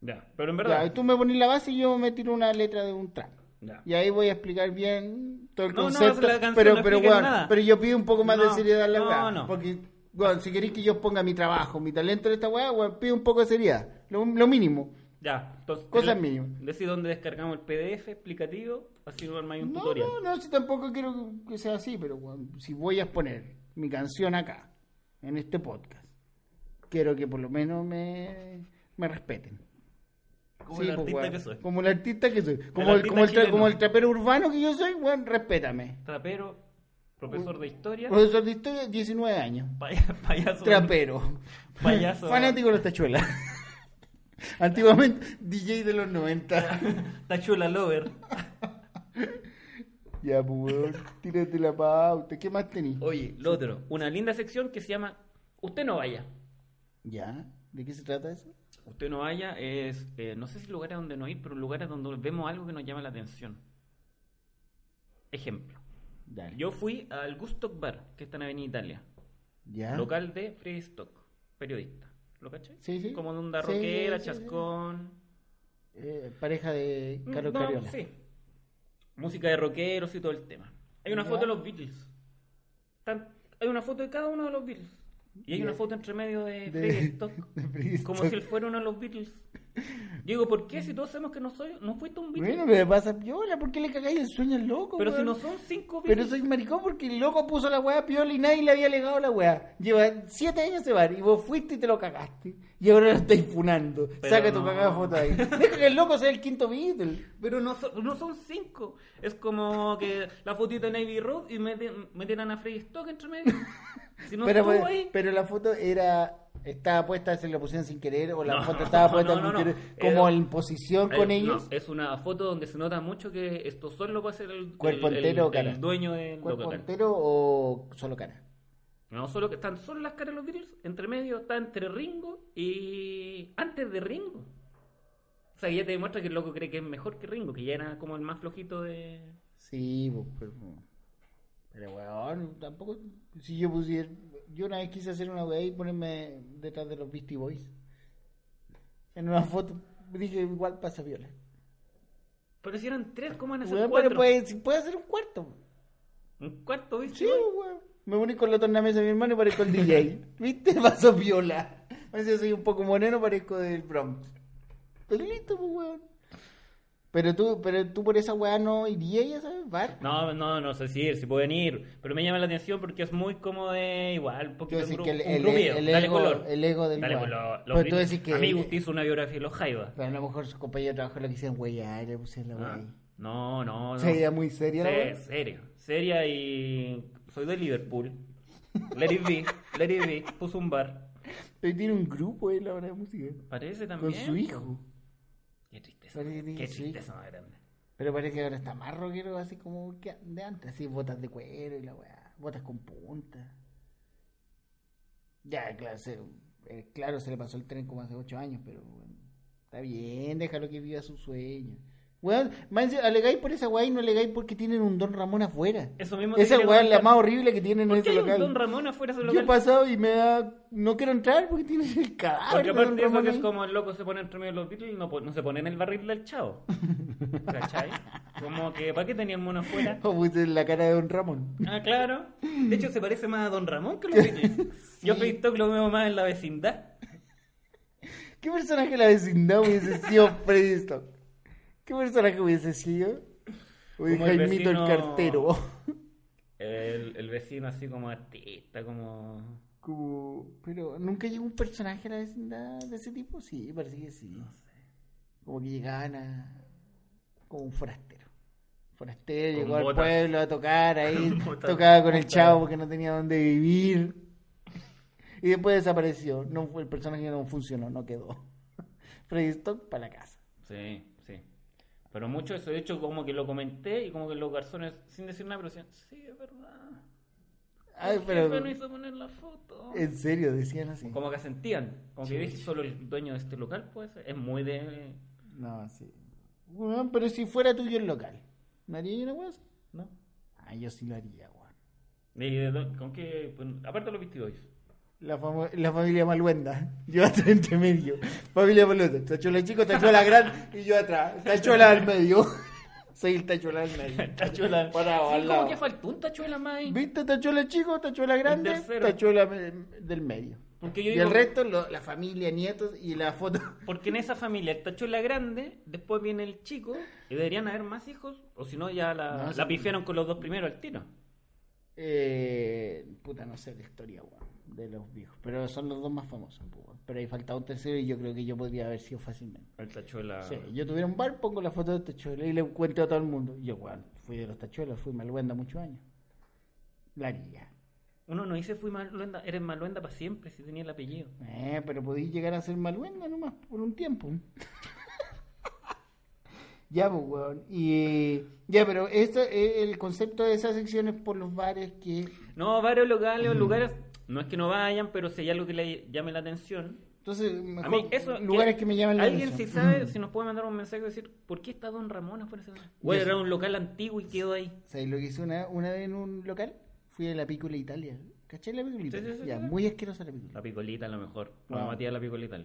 Speaker 2: Ya, pero en
Speaker 3: Ya,
Speaker 2: verdad.
Speaker 3: y tú me pones la base y yo me tiro una letra de un trap.
Speaker 2: Ya.
Speaker 3: Y ahí voy a explicar bien todo el
Speaker 2: No, no,
Speaker 3: concepto.
Speaker 2: la canción
Speaker 3: pero,
Speaker 2: no
Speaker 3: pero,
Speaker 2: explica
Speaker 3: weón,
Speaker 2: nada.
Speaker 3: pero yo pido un poco más
Speaker 2: No,
Speaker 3: de seriedad a la
Speaker 2: no,
Speaker 3: weá.
Speaker 2: no.
Speaker 3: Porque, weón, si queréis que yo ponga mi trabajo, mi talento en esta weá, weón, pido un poco de seriedad. Lo, lo mínimo.
Speaker 2: Ya, entonces.
Speaker 3: Cosas
Speaker 2: el-
Speaker 3: mínimas.
Speaker 2: Decir dónde descargamos el PDF explicativo, así no armáis un
Speaker 3: No,
Speaker 2: tutorial.
Speaker 3: no, no, si tampoco quiero que- que sea así, pero weón, si voy a exponer mi canción acá, en este podcast, quiero que por lo menos me, me respeten.
Speaker 2: Como
Speaker 3: Sí,
Speaker 2: el
Speaker 3: pues,
Speaker 2: artista
Speaker 3: weón.
Speaker 2: que soy.
Speaker 3: Como el artista que soy. Como el,
Speaker 2: artista
Speaker 3: como el tra-
Speaker 2: chileno.
Speaker 3: como el trapero urbano que yo soy, weón, respétame.
Speaker 2: Trapero, profesor de historia,
Speaker 3: Profesor de historia, 19 años.
Speaker 2: paya- payaso.
Speaker 3: Pues, Trapero.
Speaker 2: Payaso.
Speaker 3: Fanático de las tachuelas. Antiguamente DJ de los 90.
Speaker 2: Tachula Lover.
Speaker 3: ya, pues, weón, tírate la pauta. ¿Qué más tenés?
Speaker 2: Oye, lo otro, una linda sección que se llama Usted no vaya.
Speaker 3: ¿Ya? ¿De qué se trata eso?
Speaker 2: Usted no vaya, es, eh, no sé si lugares donde no ir, pero lugares donde vemos algo que nos llama la atención. Ejemplo,
Speaker 3: Dale.
Speaker 2: yo fui al Gustock Bar, que está en Avenida Italia,
Speaker 3: ¿Ya?
Speaker 2: local de Freddy Stock, periodista. ¿Lo caché?
Speaker 3: Sí, sí.
Speaker 2: Como de onda
Speaker 3: Sí,
Speaker 2: rockera,
Speaker 3: sí, sí.
Speaker 2: chascón.
Speaker 3: Eh, pareja de Caro
Speaker 2: No,
Speaker 3: Cariola.
Speaker 2: sí. Música de rockeros y todo el tema. Hay una
Speaker 3: Ya.
Speaker 2: foto de los Beatles. Tan- Hay una foto de cada uno de los Beatles. Y hay
Speaker 3: Ya.
Speaker 2: una foto entre medio de,
Speaker 3: De-
Speaker 2: Freddy Stock.
Speaker 3: de Freddy
Speaker 2: como
Speaker 3: Stock.
Speaker 2: si él fuera uno de los Beatles. Digo, ¿por qué si todos sabemos que no soy, no fuiste un Beatles?
Speaker 3: Bueno, pero me pasa piola, ¿por qué le cagáis el sueño al loco?
Speaker 2: pero si
Speaker 3: weón?
Speaker 2: no son cinco
Speaker 3: Pero
Speaker 2: Beatles.
Speaker 3: soy maricón porque el loco puso la weá piola y nadie le había legado la weá. Lleva siete años de bar y vos fuiste y te lo cagaste. Y ahora lo estáis funando.
Speaker 2: Pero
Speaker 3: Saca
Speaker 2: no.
Speaker 3: tu cagada foto ahí. Deja que el loco sea el quinto Beatle.
Speaker 2: Pero no, son- no son cinco. Es como que la fotito de Navy Road y meten, meten a Freddy Stock entre medio. Si no
Speaker 3: pero,
Speaker 2: estuvo
Speaker 3: pues,
Speaker 2: ahí.
Speaker 3: pero la foto era. Estaba puesta, se la pusieron sin querer, o la
Speaker 2: No,
Speaker 3: foto estaba puesta
Speaker 2: no, no,
Speaker 3: sin
Speaker 2: no.
Speaker 3: querer, como
Speaker 2: Era-
Speaker 3: en posición
Speaker 2: Eh,
Speaker 3: con
Speaker 2: no,
Speaker 3: ellos.
Speaker 2: es una foto donde se nota mucho que esto solo puede ser el,
Speaker 3: Cuerpo
Speaker 2: el- el-
Speaker 3: entero o cara.
Speaker 2: el dueño del
Speaker 3: ¿Cuerpo
Speaker 2: local.
Speaker 3: entero o solo cara?
Speaker 2: No, solo que están solo las caras de los Beatles, entre medio está entre Ringo y antes de Ringo. O sea, que ya te demuestra que el loco cree que es mejor que Ringo, que ya era como el más flojito de...
Speaker 3: Sí, pues, pero, pero weón, tampoco. Si yo pusiera. Yo una vez quise hacer una weá y ponerme detrás de los Beastie Boys. En una foto. Dije, igual pasa viola.
Speaker 2: Pero si eran tres, ¿cómo van a ser
Speaker 3: Weón,
Speaker 2: cuatro?
Speaker 3: pero puede, si puede hacer un cuarto.
Speaker 2: Un cuarto, ¿viste?
Speaker 3: Sí, weón. Me uní con la tornamesa de mi hermano y parezco el DJ. ¿Viste? Paso viola. A veces soy un poco moreno, parezco del Bronx. Pero listo, pues, weón. Pero tú, pero tú por esa weá no irías, ya sabes, bar.
Speaker 2: No, no, no sé si ir, si pueden ir, pero me llama la atención porque es muy como de igual, un poquito
Speaker 3: Tú decís
Speaker 2: un,
Speaker 3: que el-
Speaker 2: gru- un
Speaker 3: el-
Speaker 2: grupeo,
Speaker 3: el
Speaker 2: dale
Speaker 3: ego-
Speaker 2: color.
Speaker 3: el ego del
Speaker 2: dale
Speaker 3: lugar.
Speaker 2: color.
Speaker 3: Pero tú
Speaker 2: Beatles-
Speaker 3: decís que- Ah,
Speaker 2: A mí me gusta hizo una biografía de los Jaivas.
Speaker 3: Pero a lo mejor sus compañeros de trabajo lo quisieron weá y le pusieron la weá
Speaker 2: Ah,
Speaker 3: ahí.
Speaker 2: No, no, no.
Speaker 3: Sería muy seria la
Speaker 2: Sí,
Speaker 3: weá.
Speaker 2: seria. Seria y. Soy de Liverpool. Let it be, let it be. Puso un bar.
Speaker 3: Hoy tiene un grupo él ahora de música.
Speaker 2: Parece
Speaker 3: Con
Speaker 2: también. pues.
Speaker 3: su hijo.
Speaker 2: Qué tristeza.
Speaker 3: Parece que tiene
Speaker 2: Qué
Speaker 3: su
Speaker 2: tristeza más grande.
Speaker 3: Pero parece que ahora está más rockero, así como que de antes. Así, botas de cuero y la weá. Botas con punta. Ya, claro, se, eh, claro, se le pasó el tren como hace ocho años, pero bueno, está bien, déjalo que viva su sueño. Weón, más encima, alegáis por esa weá y no alegáis porque tienen un Don Ramón afuera.
Speaker 2: Eso mismo te
Speaker 3: Esa
Speaker 2: quería
Speaker 3: weá es la
Speaker 2: contar.
Speaker 3: más horrible que tienen en
Speaker 2: ¿Por qué
Speaker 3: ese
Speaker 2: hay
Speaker 3: local.
Speaker 2: un Don Ramón afuera de su
Speaker 3: Yo he
Speaker 2: local?
Speaker 3: pasado y me da. No quiero entrar porque tiene el
Speaker 2: Porque
Speaker 3: cadáver. de
Speaker 2: aparte
Speaker 3: Don
Speaker 2: de eso
Speaker 3: Ramón
Speaker 2: que es
Speaker 3: ahí.
Speaker 2: como el loco se pone entre medio de los Beatles, no, po- no se pone en el barril del chavo. ¿Cachai? Como que, ¿para qué tenían mono afuera?
Speaker 3: O puse Oh, pues, la cara de Don Ramón.
Speaker 2: Ah, claro. De hecho, se parece más a Don Ramón que los Beatles. Yo a Freddy Stock lo veo más en la vecindad.
Speaker 3: ¿Qué personaje de la vecindad hubiese sido Freddy Stock? ¿Qué personaje hubiese sido? Hubiese
Speaker 2: Como el
Speaker 3: Jaimito el
Speaker 2: vecino-
Speaker 3: cartero.
Speaker 2: El, el vecino así como artista, como...
Speaker 3: Como... Pero nunca llegó un personaje a la vecindad de ese tipo. Sí, parece que sí. Como que llegaban a. Como un forastero. Forastero,
Speaker 2: Con
Speaker 3: llegó al
Speaker 2: botas.
Speaker 3: pueblo a tocar ahí.
Speaker 2: botas.
Speaker 3: tocaba con el chavo porque no tenía dónde vivir. Y después desapareció. No, fue- el personaje no funcionó, no quedó. Freddy Stock para la casa.
Speaker 2: Sí, sí. Pero mucho eso, de hecho, como que lo comenté y como que los garzones, sin decir nada, pero decían, sí, es verdad.
Speaker 3: Ay,
Speaker 2: El
Speaker 3: pero.
Speaker 2: jefe no hizo poner la foto.
Speaker 3: En serio, decían así.
Speaker 2: Como que sentían, como que
Speaker 3: Sí.
Speaker 2: dije, solo el dueño de este local, pues, es muy de...
Speaker 3: No, sí. Weón, pero si fuera tuyo el local, ¿no haría una weá así?
Speaker 2: ¿No?
Speaker 3: Ah, yo sí lo haría, weón.
Speaker 2: De, de- de- con que, pues, aparte de los vestidos.
Speaker 3: La, famo- la familia Maluenda. Yo atrás entre medio. Familia Maluenda. Tachuela chico, tachuela gran y yo atrás. Tachuela al medio. Soy el tachuela al medio.
Speaker 2: Tachuela.
Speaker 3: Parado, al
Speaker 2: Sí, como
Speaker 3: lado.
Speaker 2: que faltó un tachuela más ahí.
Speaker 3: ¿Viste? Tachuela chico, tachuela grande,
Speaker 2: El tercero.
Speaker 3: tachuela me- del medio.
Speaker 2: Porque
Speaker 3: Y
Speaker 2: yo
Speaker 3: el
Speaker 2: digo,
Speaker 3: resto, lo- la familia, nietos y la foto.
Speaker 2: Porque en esa familia el tachuela grande, después viene el chico, y deberían haber más hijos, o si no ya la,
Speaker 3: No,
Speaker 2: la
Speaker 3: sí.
Speaker 2: pifiaron con los dos primeros al tiro.
Speaker 3: Eh, puta, no sé la historia, weón, de los viejos. Pero son los dos más famosos, pues, weón. Pero ahí faltaba un tercero y yo creo que yo podría haber sido fácilmente.
Speaker 2: El tachuela.
Speaker 3: Sí, yo tuviera un bar, pongo la foto de los tachuelos y le encuentro a todo el mundo. Yo, weón, fui de los tachuelos, fui maluenda muchos años. La haría.
Speaker 2: Uno no dice fui maluenda, eres maluenda para siempre si tenía el apellido.
Speaker 3: Eh, pero podéis llegar a ser maluenda nomás por un tiempo. ya, pues, weón. Y, ya, pero esto, eh, el concepto de esas secciones por los bares que... Mm.
Speaker 2: No, varios locales o lugares, no es que no vayan, pero si hay algo que le llame la atención,
Speaker 3: Entonces,
Speaker 2: A
Speaker 3: mejor
Speaker 2: mí, eso,
Speaker 3: lugares que, me llaman la
Speaker 2: Alguien si
Speaker 3: atención.
Speaker 2: sabe, si nos puede mandar un mensaje y decir, ¿por qué está Don Ramón afuera de ese lugar? Bueno,
Speaker 3: Yo-
Speaker 2: era un local antiguo y quedó ahí.
Speaker 3: ¿Sabes lo que hice una, una vez en un local? Fui a la Pícola Italia. ¿Cachai la Pícola Italia?
Speaker 2: sí, sí,
Speaker 3: ya,
Speaker 2: sí.
Speaker 3: muy asquerosa la Pícola.
Speaker 2: La picolita es lo mejor.
Speaker 3: Wow.
Speaker 2: Vamos a tirar la picolita.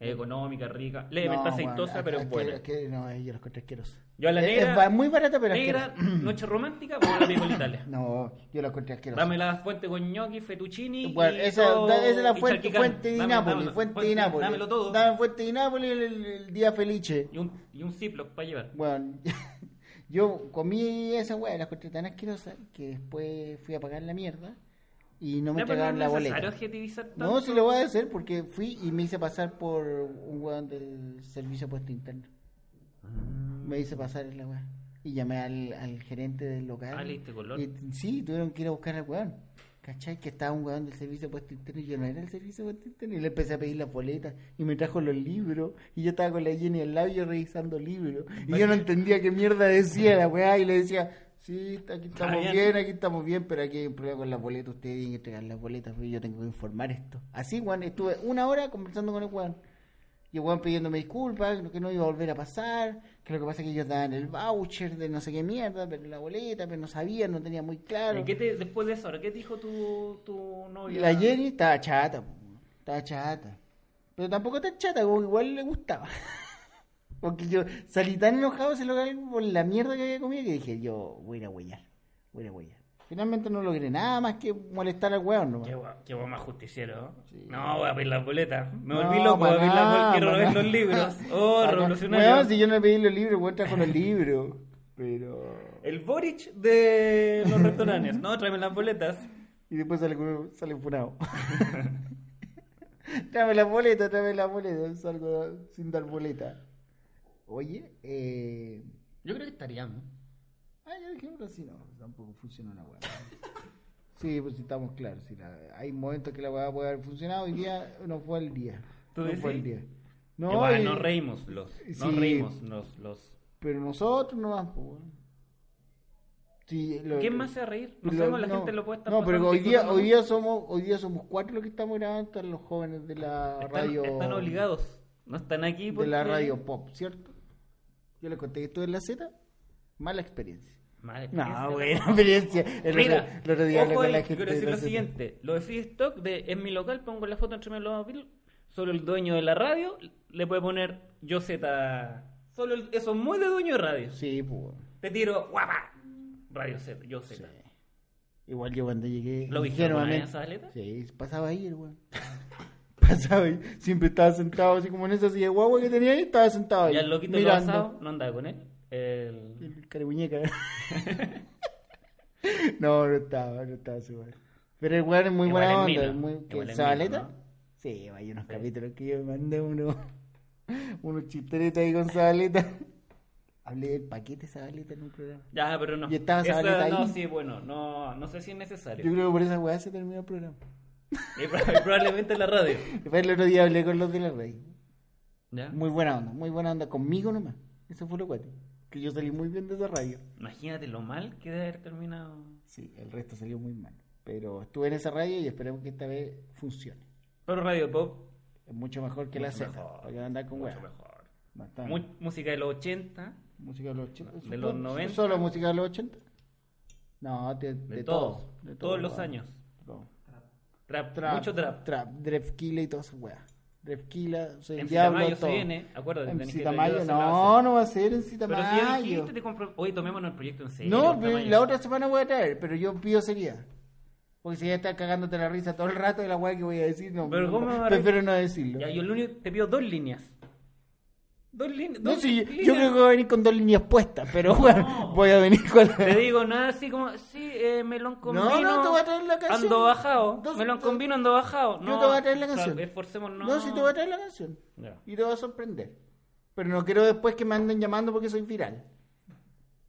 Speaker 2: Es económica, rica,
Speaker 3: No,
Speaker 2: levemente
Speaker 3: bueno,
Speaker 2: aceitosa,
Speaker 3: a-
Speaker 2: pero
Speaker 3: a-
Speaker 2: es buena.
Speaker 3: que- que- no, eh, yo los encontré asquerosos.
Speaker 2: Yo a la
Speaker 3: Es-
Speaker 2: negra-
Speaker 3: Es, ba- muy barata, pero
Speaker 2: Negra,
Speaker 3: asquerosa.
Speaker 2: noche romántica, vamos a la picolita.
Speaker 3: No, yo los encontré asquerosos.
Speaker 2: Dame la fuente con ñoqui, fettuccini.
Speaker 3: Bueno,
Speaker 2: y
Speaker 3: esa,
Speaker 2: todo-
Speaker 3: da- esa es la
Speaker 2: y
Speaker 3: fuente,
Speaker 2: charquicán.
Speaker 3: fuente de
Speaker 2: Dame-
Speaker 3: Nápoles,
Speaker 2: dame-
Speaker 3: fuente de Nápoles.
Speaker 2: Dámelo todo.
Speaker 3: Dame fuente de Nápoles el, el- el día felice.
Speaker 2: Y un, y un Ziploc para llevar.
Speaker 3: Bueno, yo comí esa weá, la encontré tan asquerosa que después fui a pagar la mierda y no me
Speaker 2: Ya, pero
Speaker 3: entregaron
Speaker 2: no
Speaker 3: la
Speaker 2: es necesario
Speaker 3: boleta.
Speaker 2: objetivizar
Speaker 3: No,
Speaker 2: tanto.
Speaker 3: sí lo voy a hacer porque fui y me hice pasar por un weón del servicio puesto interno. Me
Speaker 2: Mm.
Speaker 3: hice pasar en la weá. Y llamé al, al gerente del local.
Speaker 2: Ah, le diste color.
Speaker 3: Y, sí, tuvieron que ir a buscar al weón. ¿Cachai? Que estaba un weón del servicio puesto interno y yo no era el servicio puesto interno. Y le empecé a pedir las boletas y me trajo los libros. Y yo estaba con la Jenny al lado y yo revisando libros. Y yo no entendía qué mierda decía la weá. Y le decía, sí, está- aquí
Speaker 2: Está
Speaker 3: estamos
Speaker 2: bien.
Speaker 3: bien. aquí estamos bien, pero aquí hay un problema con las boletas. Ustedes tienen que entregar las boletas, pero yo tengo que informar esto. Así, weón, estuve una hora conversando con el weón. Y el weón pidiéndome disculpas, que no iba a volver a pasar, que lo que pasa es que ellos daban el voucher de no sé qué mierda, pero la boleta, pero no sabía, no tenía muy claro.
Speaker 2: ¿Y qué te- después de eso, ahora, qué te dijo tu, tu novia?
Speaker 3: La Jenny estaba chata, po, estaba chata. Pero tampoco tan chata, como que igual le gustaba. Porque yo salí tan enojado ese local por la mierda que había comido que dije, yo voy a ir a huellar, voy a ir a huellar. Finalmente no logré nada más que molestar al weón nomás.
Speaker 2: Qué gua- Qué guau más justiciero. ¿no? No, voy a pedir las boletas. Me volví
Speaker 3: No,
Speaker 2: loco, voy a
Speaker 3: pa'
Speaker 2: pedir las boletas.
Speaker 3: nada,
Speaker 2: Quiero
Speaker 3: pa'
Speaker 2: ver
Speaker 3: nada.
Speaker 2: los libros. Oh,
Speaker 3: Acá-
Speaker 2: revolucionario.
Speaker 3: Weón, si yo no pedí los libros, weón trajo los libros. Pero...
Speaker 2: El Boric de los restaurantes. No, tráeme las boletas.
Speaker 3: Y después sale, con- sale funado. tráeme la boleta, tráeme la boleta. Salgo sin dar boleta. Oye, eh...
Speaker 2: Yo creo que estaríamos.
Speaker 3: Ah, ya dijimos así, no. Tampoco funciona una weá. Sí, pues sí, estamos claros. sí, la- Hay momentos que la weá puede haber funcionado. Hoy día no fue el día.
Speaker 2: ¿Tú
Speaker 3: no fue el
Speaker 2: decís?
Speaker 3: día.
Speaker 2: No,
Speaker 3: No, y-
Speaker 2: nos reímos los. Nos
Speaker 3: Sí.
Speaker 2: reímos los. los.
Speaker 3: pero nosotros no más, Sí, lo-
Speaker 2: ¿Quién más se va a reír? No
Speaker 3: Lo-
Speaker 2: sabemos, la gente lo puede estar
Speaker 3: No, pero
Speaker 2: pasando
Speaker 3: hoy día,
Speaker 2: disfrutando.
Speaker 3: hoy día somos, hoy día somos cuatro los que estamos grabando, están los jóvenes de la
Speaker 2: Están,
Speaker 3: radio.
Speaker 2: están obligados. No están aquí
Speaker 3: De la radio pop, ¿cierto? Yo le conté que estuve en la Z, mala experiencia.
Speaker 2: Madre
Speaker 3: No,
Speaker 2: güey.
Speaker 3: buena experiencia. El otro,
Speaker 2: Mira,
Speaker 3: el otro día hablé
Speaker 2: ojo
Speaker 3: con
Speaker 2: ahí,
Speaker 3: la
Speaker 2: que
Speaker 3: gente.
Speaker 2: quiero
Speaker 3: de
Speaker 2: decir
Speaker 3: la
Speaker 2: lo
Speaker 3: Z.
Speaker 2: siguiente. Lo de Free Stock de en mi local, pongo la foto entre medio de los móviles, solo el dueño de la radio le puede poner yo Z. Solo el- eso es muy de dueño de radio.
Speaker 3: Sí, pues.
Speaker 2: Te tiro guapa. Radio Z, yo Z.
Speaker 3: Igual yo cuando llegué.
Speaker 2: ¿Lo viste alguna vez
Speaker 3: ingenuamente-
Speaker 2: esa aleta?
Speaker 3: Sí, pasaba ahí el weón. pasaba ahí. Siempre estaba sentado así como en esa silla de guagua que tenía ahí, estaba sentado ahí.
Speaker 2: Ya el loquito lo
Speaker 3: mirando.
Speaker 2: asado, no andaba con él. El-
Speaker 3: El caribuñeca. no, no estaba, no estaba ese weón. Pero el weón es muy
Speaker 2: Igual
Speaker 3: buena
Speaker 2: es
Speaker 3: onda.
Speaker 2: Milo,
Speaker 3: es muy,
Speaker 2: igual
Speaker 3: ¿qué,
Speaker 2: es
Speaker 3: ¿Zabaleta?
Speaker 2: Milo, ¿no?
Speaker 3: Sí, hay unos capítulos que yo me mandé uno, unos chisteretas ahí con Zabaleta. Hablé del paquete Zabaleta en un programa.
Speaker 2: Ya, pero no.
Speaker 3: ¿Y estaba
Speaker 2: Esa-
Speaker 3: Zabaleta
Speaker 2: No,
Speaker 3: ahí?
Speaker 2: sí, bueno, no, no sé si es
Speaker 3: Yo
Speaker 2: necesario.
Speaker 3: creo que por esa weá se terminó el programa.
Speaker 2: Y prob- probablemente en la radio.
Speaker 3: Después el otro día hablé con los de la radio.
Speaker 2: ¿Ya?
Speaker 3: Muy buena onda, muy buena onda conmigo nomás. Eso fue lo cuate. Que yo salí muy bien de esa radio.
Speaker 2: Imagínate lo mal que debe haber terminado.
Speaker 3: Sí, el resto salió muy mal. Pero estuve en esa radio y esperemos que esta vez funcione.
Speaker 2: Pero Radio Pop
Speaker 3: Es mucho mejor que la
Speaker 2: Mucho
Speaker 3: Z.
Speaker 2: mejor,
Speaker 3: Para que no andar con
Speaker 2: mucho
Speaker 3: weá.
Speaker 2: mejor.
Speaker 3: No está.
Speaker 2: Mu- música de los 80,
Speaker 3: Música de los 80.
Speaker 2: De los 90.
Speaker 3: ¿Solo música de los 80? No, de,
Speaker 2: de,
Speaker 3: de
Speaker 2: todos,
Speaker 3: todo,
Speaker 2: de
Speaker 3: de
Speaker 2: todos
Speaker 3: todo,
Speaker 2: los
Speaker 3: weá.
Speaker 2: años.
Speaker 3: Todo.
Speaker 2: Trap,
Speaker 3: Trap,
Speaker 2: mucho trap.
Speaker 3: Trap, Drefkila y todas esas weas. Drefkila, soy el
Speaker 2: En
Speaker 3: diablo.
Speaker 2: Mayo se
Speaker 3: todo.
Speaker 2: viene, acuérdate.
Speaker 3: En
Speaker 2: tenés que
Speaker 3: Citamayo,
Speaker 2: ayudarse a la
Speaker 3: no, no va a ser en
Speaker 2: base. Pero si ya
Speaker 3: Citamayo.
Speaker 2: dijiste, te compro... Oye, tomémonos el proyecto en serio.
Speaker 3: No,
Speaker 2: Tamayo.
Speaker 3: pero la otra semana voy a traer, pero yo pido sería. Porque si ya estás cagándote la risa todo el rato de la weá que voy a decir, no.
Speaker 2: Pero
Speaker 3: no,
Speaker 2: ¿cómo me va a
Speaker 3: prefiero no decirlo.
Speaker 2: Ya, yo el único te pido dos líneas. Dos, líneas
Speaker 3: No,
Speaker 2: dos
Speaker 3: sí,
Speaker 2: líneas.
Speaker 3: yo creo que voy a venir con dos líneas puestas, pero bueno, voy a venir con la.
Speaker 2: Te digo nada así como, sí, eh, melón con
Speaker 3: No, no,
Speaker 2: vino.
Speaker 3: te voy a traer la canción.
Speaker 2: Ando bajado.
Speaker 3: Entonces,
Speaker 2: melón
Speaker 3: te-
Speaker 2: con vino, ando bajado. No,
Speaker 3: yo te voy a traer la
Speaker 2: o sea,
Speaker 3: canción.
Speaker 2: Esforcémonos.
Speaker 3: No, sí, te voy a traer la canción.
Speaker 2: Ya.
Speaker 3: Y te voy a sorprender. Pero no quiero después que me anden llamando porque soy viral.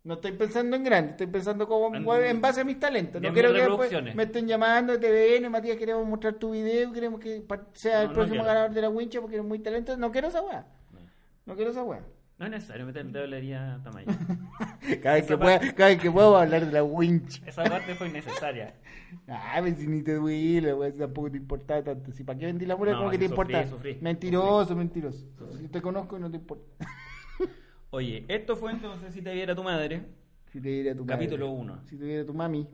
Speaker 3: No estoy pensando en grande, estoy pensando como
Speaker 2: En-
Speaker 3: en base a mis talentos. No
Speaker 2: 10.000
Speaker 3: quiero que después
Speaker 2: reproducciones.
Speaker 3: me estén llamando de TVN, Matías, queremos mostrar tu video, queremos que par- sea
Speaker 2: No,
Speaker 3: el
Speaker 2: no
Speaker 3: próximo
Speaker 2: quiero.
Speaker 3: ganador de la wincha porque eres muy talentoso. No quiero esa weá. No quiero esa weá.
Speaker 2: No es necesario meter el dedo en la herida tamaño.
Speaker 3: Cada vez, que
Speaker 2: Esa
Speaker 3: pueda, cada vez que pueda voy a hablar de la winch.
Speaker 2: Esa parte fue innecesaria.
Speaker 3: Ah, pues si ni te duele, güey, tampoco te importaba tanto. Si para qué vendí la mula,
Speaker 2: No,
Speaker 3: como que
Speaker 2: yo
Speaker 3: te
Speaker 2: sufrí,
Speaker 3: importa.
Speaker 2: sufrí.
Speaker 3: mentiroso, mentiroso. Si te conozco y no te importa.
Speaker 2: Oye, esto fue entonces si te viera tu madre,
Speaker 3: Si te viera tu madre.
Speaker 2: capítulo 1,
Speaker 3: Si te viera tu mami.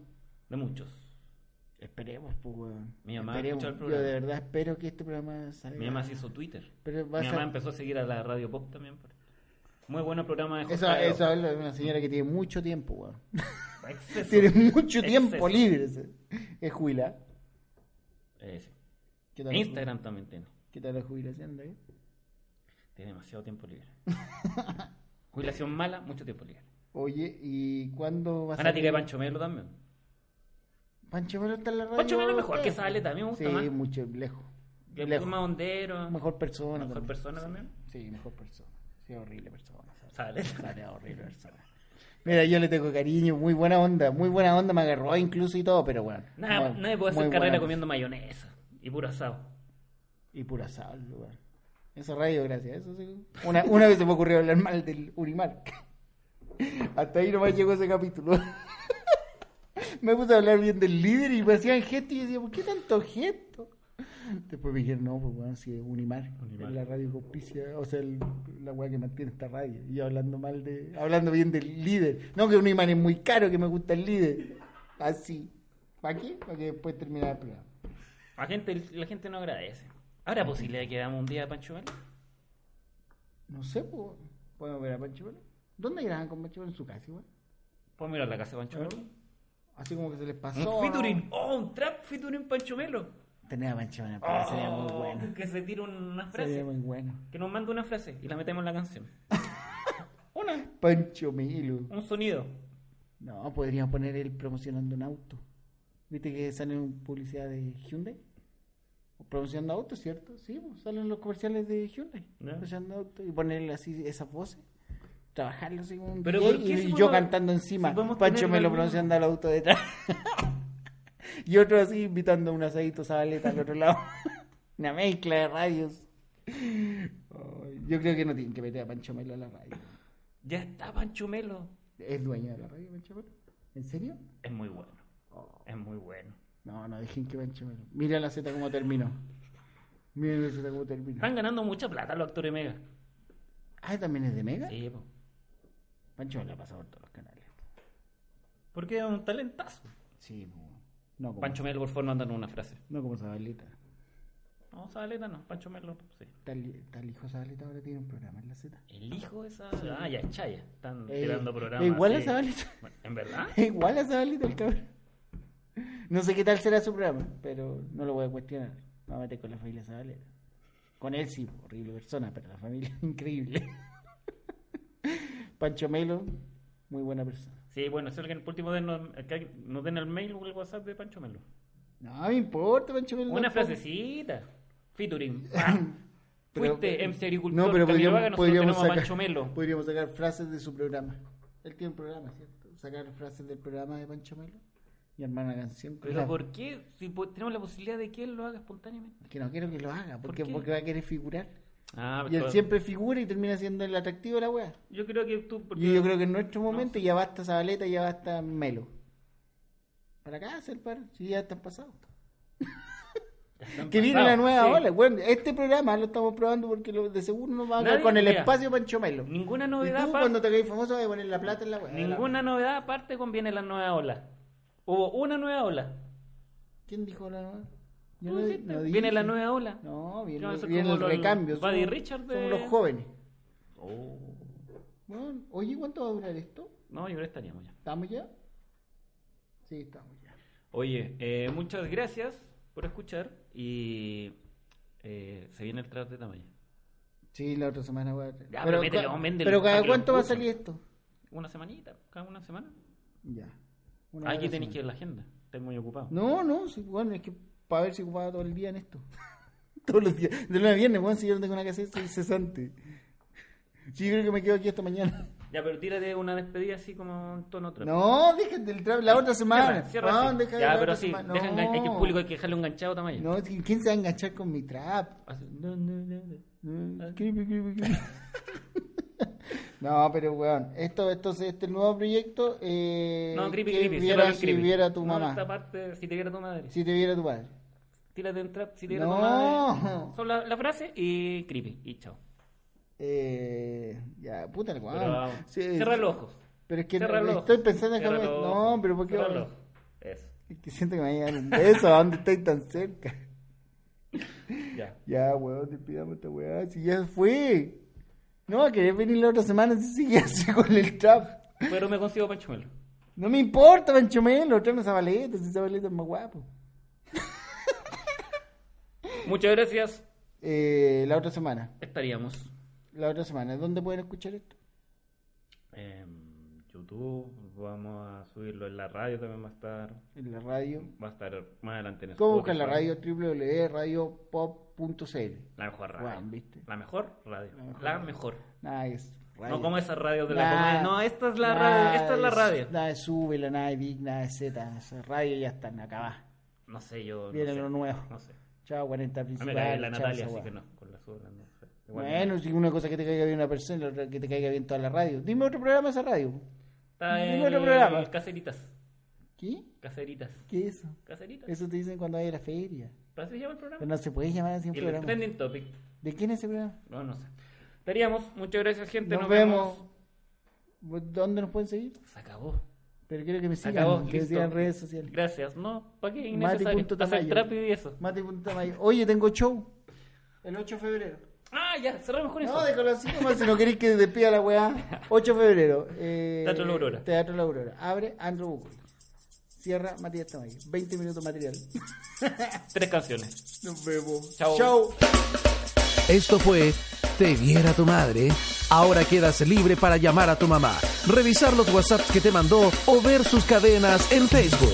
Speaker 2: de muchos.
Speaker 3: Esperemos, pues, weón.
Speaker 2: Mi mamá
Speaker 3: Esperemos.
Speaker 2: escuchó el
Speaker 3: Yo
Speaker 2: programa.
Speaker 3: de verdad espero que este programa salga.
Speaker 2: Mi mamá se hizo Twitter.
Speaker 3: Pero va
Speaker 2: Mi
Speaker 3: a
Speaker 2: mamá
Speaker 3: ser-
Speaker 2: empezó a seguir a la radio pop también. por- Muy bueno programa de
Speaker 3: Eso,
Speaker 2: José
Speaker 3: eso habla de una señora que tiene mucho tiempo, weón.
Speaker 2: Alba. Exceso.
Speaker 3: tiene mucho tiempo
Speaker 2: Exceso.
Speaker 3: libre. se- Es jubilada.
Speaker 2: Eh, sí.
Speaker 3: ¿Qué tal la ju-
Speaker 2: Instagram también tiene.
Speaker 3: ¿Qué tal la eh? jubilación de ahí?
Speaker 2: Tiene demasiado tiempo libre. Jubilación mala, mucho tiempo libre.
Speaker 3: Oye, ¿y cuándo va a
Speaker 2: Fanática de
Speaker 3: salir?
Speaker 2: Pancho Melo también.
Speaker 3: Pancho Melo está en la radio.
Speaker 2: Pancho Melo es mejor que
Speaker 3: ¿qué?
Speaker 2: sale también, me gusta
Speaker 3: pues. sí,
Speaker 2: más.
Speaker 3: mucho, lejos.
Speaker 2: Que es
Speaker 3: lejos.
Speaker 2: más hondero.
Speaker 3: Mejor persona.
Speaker 2: mejor
Speaker 3: también.
Speaker 2: persona
Speaker 3: Sí,
Speaker 2: también.
Speaker 3: Sí, mejor persona. Sí, horrible persona.
Speaker 2: Sale.
Speaker 3: sale. Sale horrible persona. Mira, yo le tengo cariño, muy buena onda, muy buena onda, me agarró incluso y todo, pero bueno.
Speaker 2: Nada,
Speaker 3: muy-
Speaker 2: nadie puede
Speaker 3: muy
Speaker 2: hacer carrera
Speaker 3: buena-
Speaker 2: comiendo mayonesa y puro asado.
Speaker 3: Y pura sal, weón. Esa radio, gracias. Eso sí. Una, una vez se me ocurrió hablar mal del Urimar. Hasta ahí nomás llegó ese capítulo. me puse a hablar bien del líder y me hacían gesto y yo decía, ¿por qué tanto gesto? Después me dijeron, no, pues weón, si es Unimar,
Speaker 2: Unimar.
Speaker 3: es la radio que auspicia, o sea, el- la weá que mantiene esta radio. Y yo hablando mal de, hablando bien del líder. No, que Unimar es muy caro, que me gusta el líder. Así. ¿Para qué? Para que después terminar el programa.
Speaker 2: La gente, la gente no agradece. ¿Habrá posibilidad de que hagamos un día de Pancho Melo?
Speaker 3: No sé, pues. ¿Podemos ver a Pancho Velo? ¿Dónde graban con Pancho Velo? ¿En su casa igual?
Speaker 2: ¿Puedo mirar la casa de
Speaker 3: Ah.
Speaker 2: Pancho Melo?
Speaker 3: Así como que se les pasó.
Speaker 2: Un
Speaker 3: ¿no?
Speaker 2: featuring, oh, un trap featuring Pancho Melo.
Speaker 3: Tener a Pancho Velo,
Speaker 2: Oh,
Speaker 3: sería muy bueno.
Speaker 2: Que se tire una
Speaker 3: Sería
Speaker 2: frase.
Speaker 3: muy bueno.
Speaker 2: Que nos mande una frase y la metemos en la canción. una,
Speaker 3: Pancho Melo.
Speaker 2: un sonido.
Speaker 3: No, podríamos poner él promocionando un auto. ¿Viste que sale en publicidad de Hyundai? O Promocionando autos, ¿cierto? Sí, pues, salen los comerciales de Hyundai.
Speaker 2: Ya.
Speaker 3: Promocionando autos y ponerle así esas voces. Trabajarlo así como un
Speaker 2: Pero,
Speaker 3: DJ
Speaker 2: ¿por qué
Speaker 3: y,
Speaker 2: si
Speaker 3: y yo
Speaker 2: podemos-
Speaker 3: cantando encima.
Speaker 2: si podemos
Speaker 3: Pancho
Speaker 2: tener
Speaker 3: me lo
Speaker 2: algún-
Speaker 3: pronunciando al auto detrás. y otro así invitando un asadito sabaleta al otro lado. Una mezcla de radios. Ay, yo creo que no tienen que meter a Pancho Melo a la radio.
Speaker 2: Ya está Pancho Melo.
Speaker 3: ¿Es dueño de la radio, Pancho Melo? ¿En serio?
Speaker 2: Es muy bueno. Es muy bueno.
Speaker 3: No, no, dejen que Pancho Melo. Mira la Z cómo terminó. Mira la Z cómo terminó.
Speaker 2: Están ganando mucha plata los actores mega.
Speaker 3: Ah, también es de Mega.
Speaker 2: Sí, po.
Speaker 3: Pancho Melo ha pasado por todos los canales.
Speaker 2: porque es un talentazo.
Speaker 3: Sí, pues. No como,
Speaker 2: Oh. Pancho Melo, por favor, no andan una frase.
Speaker 3: No como Zabaleta.
Speaker 2: No, Zabaleta no, Pancho Melo, sí.
Speaker 3: Tal, tal hijo Zabaleta ahora tiene un programa en la Z.
Speaker 2: El hijo de esa. Ah, ya, Chaya. Están
Speaker 3: Eh,
Speaker 2: tirando programas.
Speaker 3: igual a
Speaker 2: así.
Speaker 3: Zabaleta.
Speaker 2: Bueno, ¿En verdad?
Speaker 3: Igual a Zabaleta el cabrón. No sé qué tal será su programa, pero no lo voy a cuestionar. Me voy a meter con la familia Zabaleta. Con él sí, horrible persona, pero la familia increíble. Pancho Melo, muy buena persona.
Speaker 2: Sí, bueno, si alguien por último denos- acá nos den el mail o el WhatsApp de Pancho Melo.
Speaker 3: No, me importa, Pancho Melo.
Speaker 2: Una
Speaker 3: tampoco.
Speaker 2: frasecita. Featuring. Ah,
Speaker 3: Pero- eh,
Speaker 2: Fuiste MC Agricultor.
Speaker 3: No, pero
Speaker 2: Camilo
Speaker 3: podríamos,
Speaker 2: Vaga, nosotros
Speaker 3: podríamos,
Speaker 2: tenemos a
Speaker 3: sacar,
Speaker 2: Pancho Melo.
Speaker 3: podríamos sacar frases de su programa. Él tiene un programa, ¿cierto? Sacar frases del programa de Pancho Melo y armar una canción. con
Speaker 2: Pero
Speaker 3: la-
Speaker 2: ¿por qué? Si po- tenemos la posibilidad de que él lo haga espontáneamente.
Speaker 3: Que no quiero que lo haga, porque,
Speaker 2: qué?
Speaker 3: porque va a querer figurar.
Speaker 2: Ah,
Speaker 3: Y él siempre figura y termina siendo el atractivo de la wea.
Speaker 2: Yo creo que tú.
Speaker 3: Y yo creo que en nuestro momento ya basta Zabaleta, ya basta Melo. Para acá, el par, si ya están pasados. Que viene la nueva ola. Bueno, este programa lo estamos probando porque lo- de seguro nos va a quedar
Speaker 2: Nadie-
Speaker 3: con el
Speaker 2: mira,
Speaker 3: espacio Pancho Melo.
Speaker 2: Ninguna
Speaker 3: Y
Speaker 2: novedad
Speaker 3: tú,
Speaker 2: aparte-
Speaker 3: cuando te caes famoso, vas a poner la plata en la wea.
Speaker 2: Ninguna novedad aparte conviene la nueva ola. Hubo una nueva ola.
Speaker 3: ¿Quién dijo la nueva? Yo
Speaker 2: Tú
Speaker 3: no-
Speaker 2: dijiste,
Speaker 3: no
Speaker 2: Pues viene
Speaker 3: dije.
Speaker 2: la nueva ola.
Speaker 3: No, viene,
Speaker 2: No, eso es
Speaker 3: viene
Speaker 2: como
Speaker 3: el
Speaker 2: los-
Speaker 3: recambio.
Speaker 2: Buddy
Speaker 3: somos-
Speaker 2: Richard de-
Speaker 3: somos los jóvenes. Bueno, oye, ¿cuánto va a durar esto?
Speaker 2: Oh. No, yo creo que estaríamos ya.
Speaker 3: ¿Estamos ya? Sí, estamos ya.
Speaker 2: Oye, eh, muchas gracias por escuchar y eh, se viene el trap de tamaño.
Speaker 3: Sí, la otra semana voy a traer.
Speaker 2: Ya, pero métele, oh,
Speaker 3: ca-
Speaker 2: vamos, véndelo,
Speaker 3: pero
Speaker 2: para
Speaker 3: cada
Speaker 2: que lo
Speaker 3: cuánto va a
Speaker 2: escuchen.
Speaker 3: salir esto?
Speaker 2: Una semanita, cada una semana.
Speaker 3: Ya. Una
Speaker 2: Aquí
Speaker 3: hora
Speaker 2: tenéis que
Speaker 3: a la
Speaker 2: ir a la agenda. Estoy muy ocupado.
Speaker 3: semana. No, no, sí, bueno, es que para ver si ocupaba todo el día en esto. Todos los días. De lunes a viernes, bueno, si yo no tengo nada que hacer, soy cesante. Sí, yo creo que me quedo aquí esta mañana.
Speaker 2: Ya, pero tírate una despedida así como en tono trap.
Speaker 3: No, dejen del trap la otra semana.
Speaker 2: Cierra, cierra
Speaker 3: Juan,
Speaker 2: así.
Speaker 3: deja de
Speaker 2: ya,
Speaker 3: la
Speaker 2: pero
Speaker 3: otra
Speaker 2: sí,
Speaker 3: semana.
Speaker 2: deja
Speaker 3: No.
Speaker 2: engan- hay que el público hay que dejarle un ganchado tamaño.
Speaker 3: No, es que ¿quién se va a enganchar con mi trap?
Speaker 2: Así.
Speaker 3: Eh,
Speaker 2: Ah.
Speaker 3: No, no, no, no. Creepy, creepy, creepy. No, pero weón, esto, esto, este nuevo proyecto, eh,
Speaker 2: No, creepy,
Speaker 3: que
Speaker 2: creepy.
Speaker 3: viera
Speaker 2: ciérralo en
Speaker 3: si
Speaker 2: creepy.
Speaker 3: viera tu
Speaker 2: No,
Speaker 3: mamá,
Speaker 2: esta parte, si te viera tu madre.
Speaker 3: si te viera tu padre.
Speaker 2: Tírate un trap, si te viera
Speaker 3: No.
Speaker 2: tu madre. Son la, la frase y creepy. Y chao.
Speaker 3: Eh, ya, puta el
Speaker 2: Pero
Speaker 3: weón.
Speaker 2: vamos.
Speaker 3: Sí,
Speaker 2: Cierra los ojos.
Speaker 3: Pero es que
Speaker 2: Cierra
Speaker 3: no-
Speaker 2: los
Speaker 3: estoy
Speaker 2: ojos.
Speaker 3: pensando en
Speaker 2: Cierra
Speaker 3: cambiar-
Speaker 2: los
Speaker 3: No,
Speaker 2: ojos.
Speaker 3: pero ¿por qué?
Speaker 2: Cierra los ojos. Eso.
Speaker 3: Es que siento que me van a dar un beso, ¿a dónde estoy tan cerca?
Speaker 2: Ya.
Speaker 3: Ya, weón, despidamos esta weá, si ya fue. No va a querer venir la otra semana si sigue así con el trap.
Speaker 2: Pero me consigo Panchumelo.
Speaker 3: No me importa, Pancho Melo, tráeme Zabaleta, si Zabaleta es más guapo.
Speaker 2: Muchas gracias.
Speaker 3: Eh, la otra semana,
Speaker 2: Estaríamos.
Speaker 3: la otra semana, ¿dónde pueden escuchar esto?
Speaker 2: En YouTube, vamos a subirlo en la radio también va a estar.
Speaker 3: En la radio.
Speaker 2: Va a estar más adelante en Spotify.
Speaker 3: ¿Cómo buscan la radio? www.radiopop.cl
Speaker 2: La mejor radio.
Speaker 3: Guau, ¿viste?
Speaker 2: La mejor radio.
Speaker 3: La mejor
Speaker 2: La
Speaker 3: radio.
Speaker 2: mejor.
Speaker 3: Nada, es radio.
Speaker 2: No como esas radios de la
Speaker 3: Nada,
Speaker 2: comedia. No, esta es la
Speaker 3: nada
Speaker 2: radio. Esta es la
Speaker 3: de-
Speaker 2: radio.
Speaker 3: Nada de Súbela, nada de Big, nada de Z. Esa radio ya están acabadas.
Speaker 2: No sé, yo. no
Speaker 3: Viene
Speaker 2: sé.
Speaker 3: lo nuevo.
Speaker 2: No sé.
Speaker 3: Chao, 40
Speaker 2: A mí
Speaker 3: principales.
Speaker 2: me cae Ah, la
Speaker 3: chao,
Speaker 2: Natalia,
Speaker 3: esa
Speaker 2: así
Speaker 3: weá.
Speaker 2: que no. Con la sola, no sé. Igual,
Speaker 3: Bueno, si una cosa que te caiga bien una persona y la otra que te caiga bien toda la radio. Dime otro programa de esa radio.
Speaker 2: Está en
Speaker 3: dime otro programa.
Speaker 2: Caseritas.
Speaker 3: ¿Qué?
Speaker 2: Caseritas.
Speaker 3: ¿Qué es eso?
Speaker 2: Caseritas.
Speaker 3: Eso te dicen cuando hay la feria.
Speaker 2: ¿Así se llama el programa?
Speaker 3: Pero no se puede llamar así un
Speaker 2: y el
Speaker 3: programa.
Speaker 2: trending topic.
Speaker 3: ¿De quién es ese programa?
Speaker 2: No, no sé. Estaríamos. Muchas gracias, gente.
Speaker 3: Nos, vemos. Pues, ¿Dónde nos pueden seguir?
Speaker 2: Se acabó.
Speaker 3: Pero quiero que me
Speaker 2: Se
Speaker 3: sigan.
Speaker 2: acabó.
Speaker 3: que me
Speaker 2: listo.
Speaker 3: sigan en redes sociales.
Speaker 2: Gracias. No, ¿para qué? Innecesario. Hacer trap y eso.
Speaker 3: Mati.tamayo. Oye, tengo show. El 8 de febrero.
Speaker 2: Ah, ya. Cerramos con eso.
Speaker 3: No, déjalo así nomás si no queréis que despida la weá. 8 de febrero. eh,
Speaker 2: Teatro La Aurora.
Speaker 3: Teatro La Aurora. Abre Andrew Bucco. Cierra Matías Tamayo. 20 minutos material.
Speaker 2: Tres canciones.
Speaker 3: Nos vemos.
Speaker 2: Chao.
Speaker 3: Chao.
Speaker 1: Esto fue Te viera tu madre. Ahora quedas libre para llamar a tu mamá, revisar los WhatsApps que te mandó o ver sus cadenas en Facebook.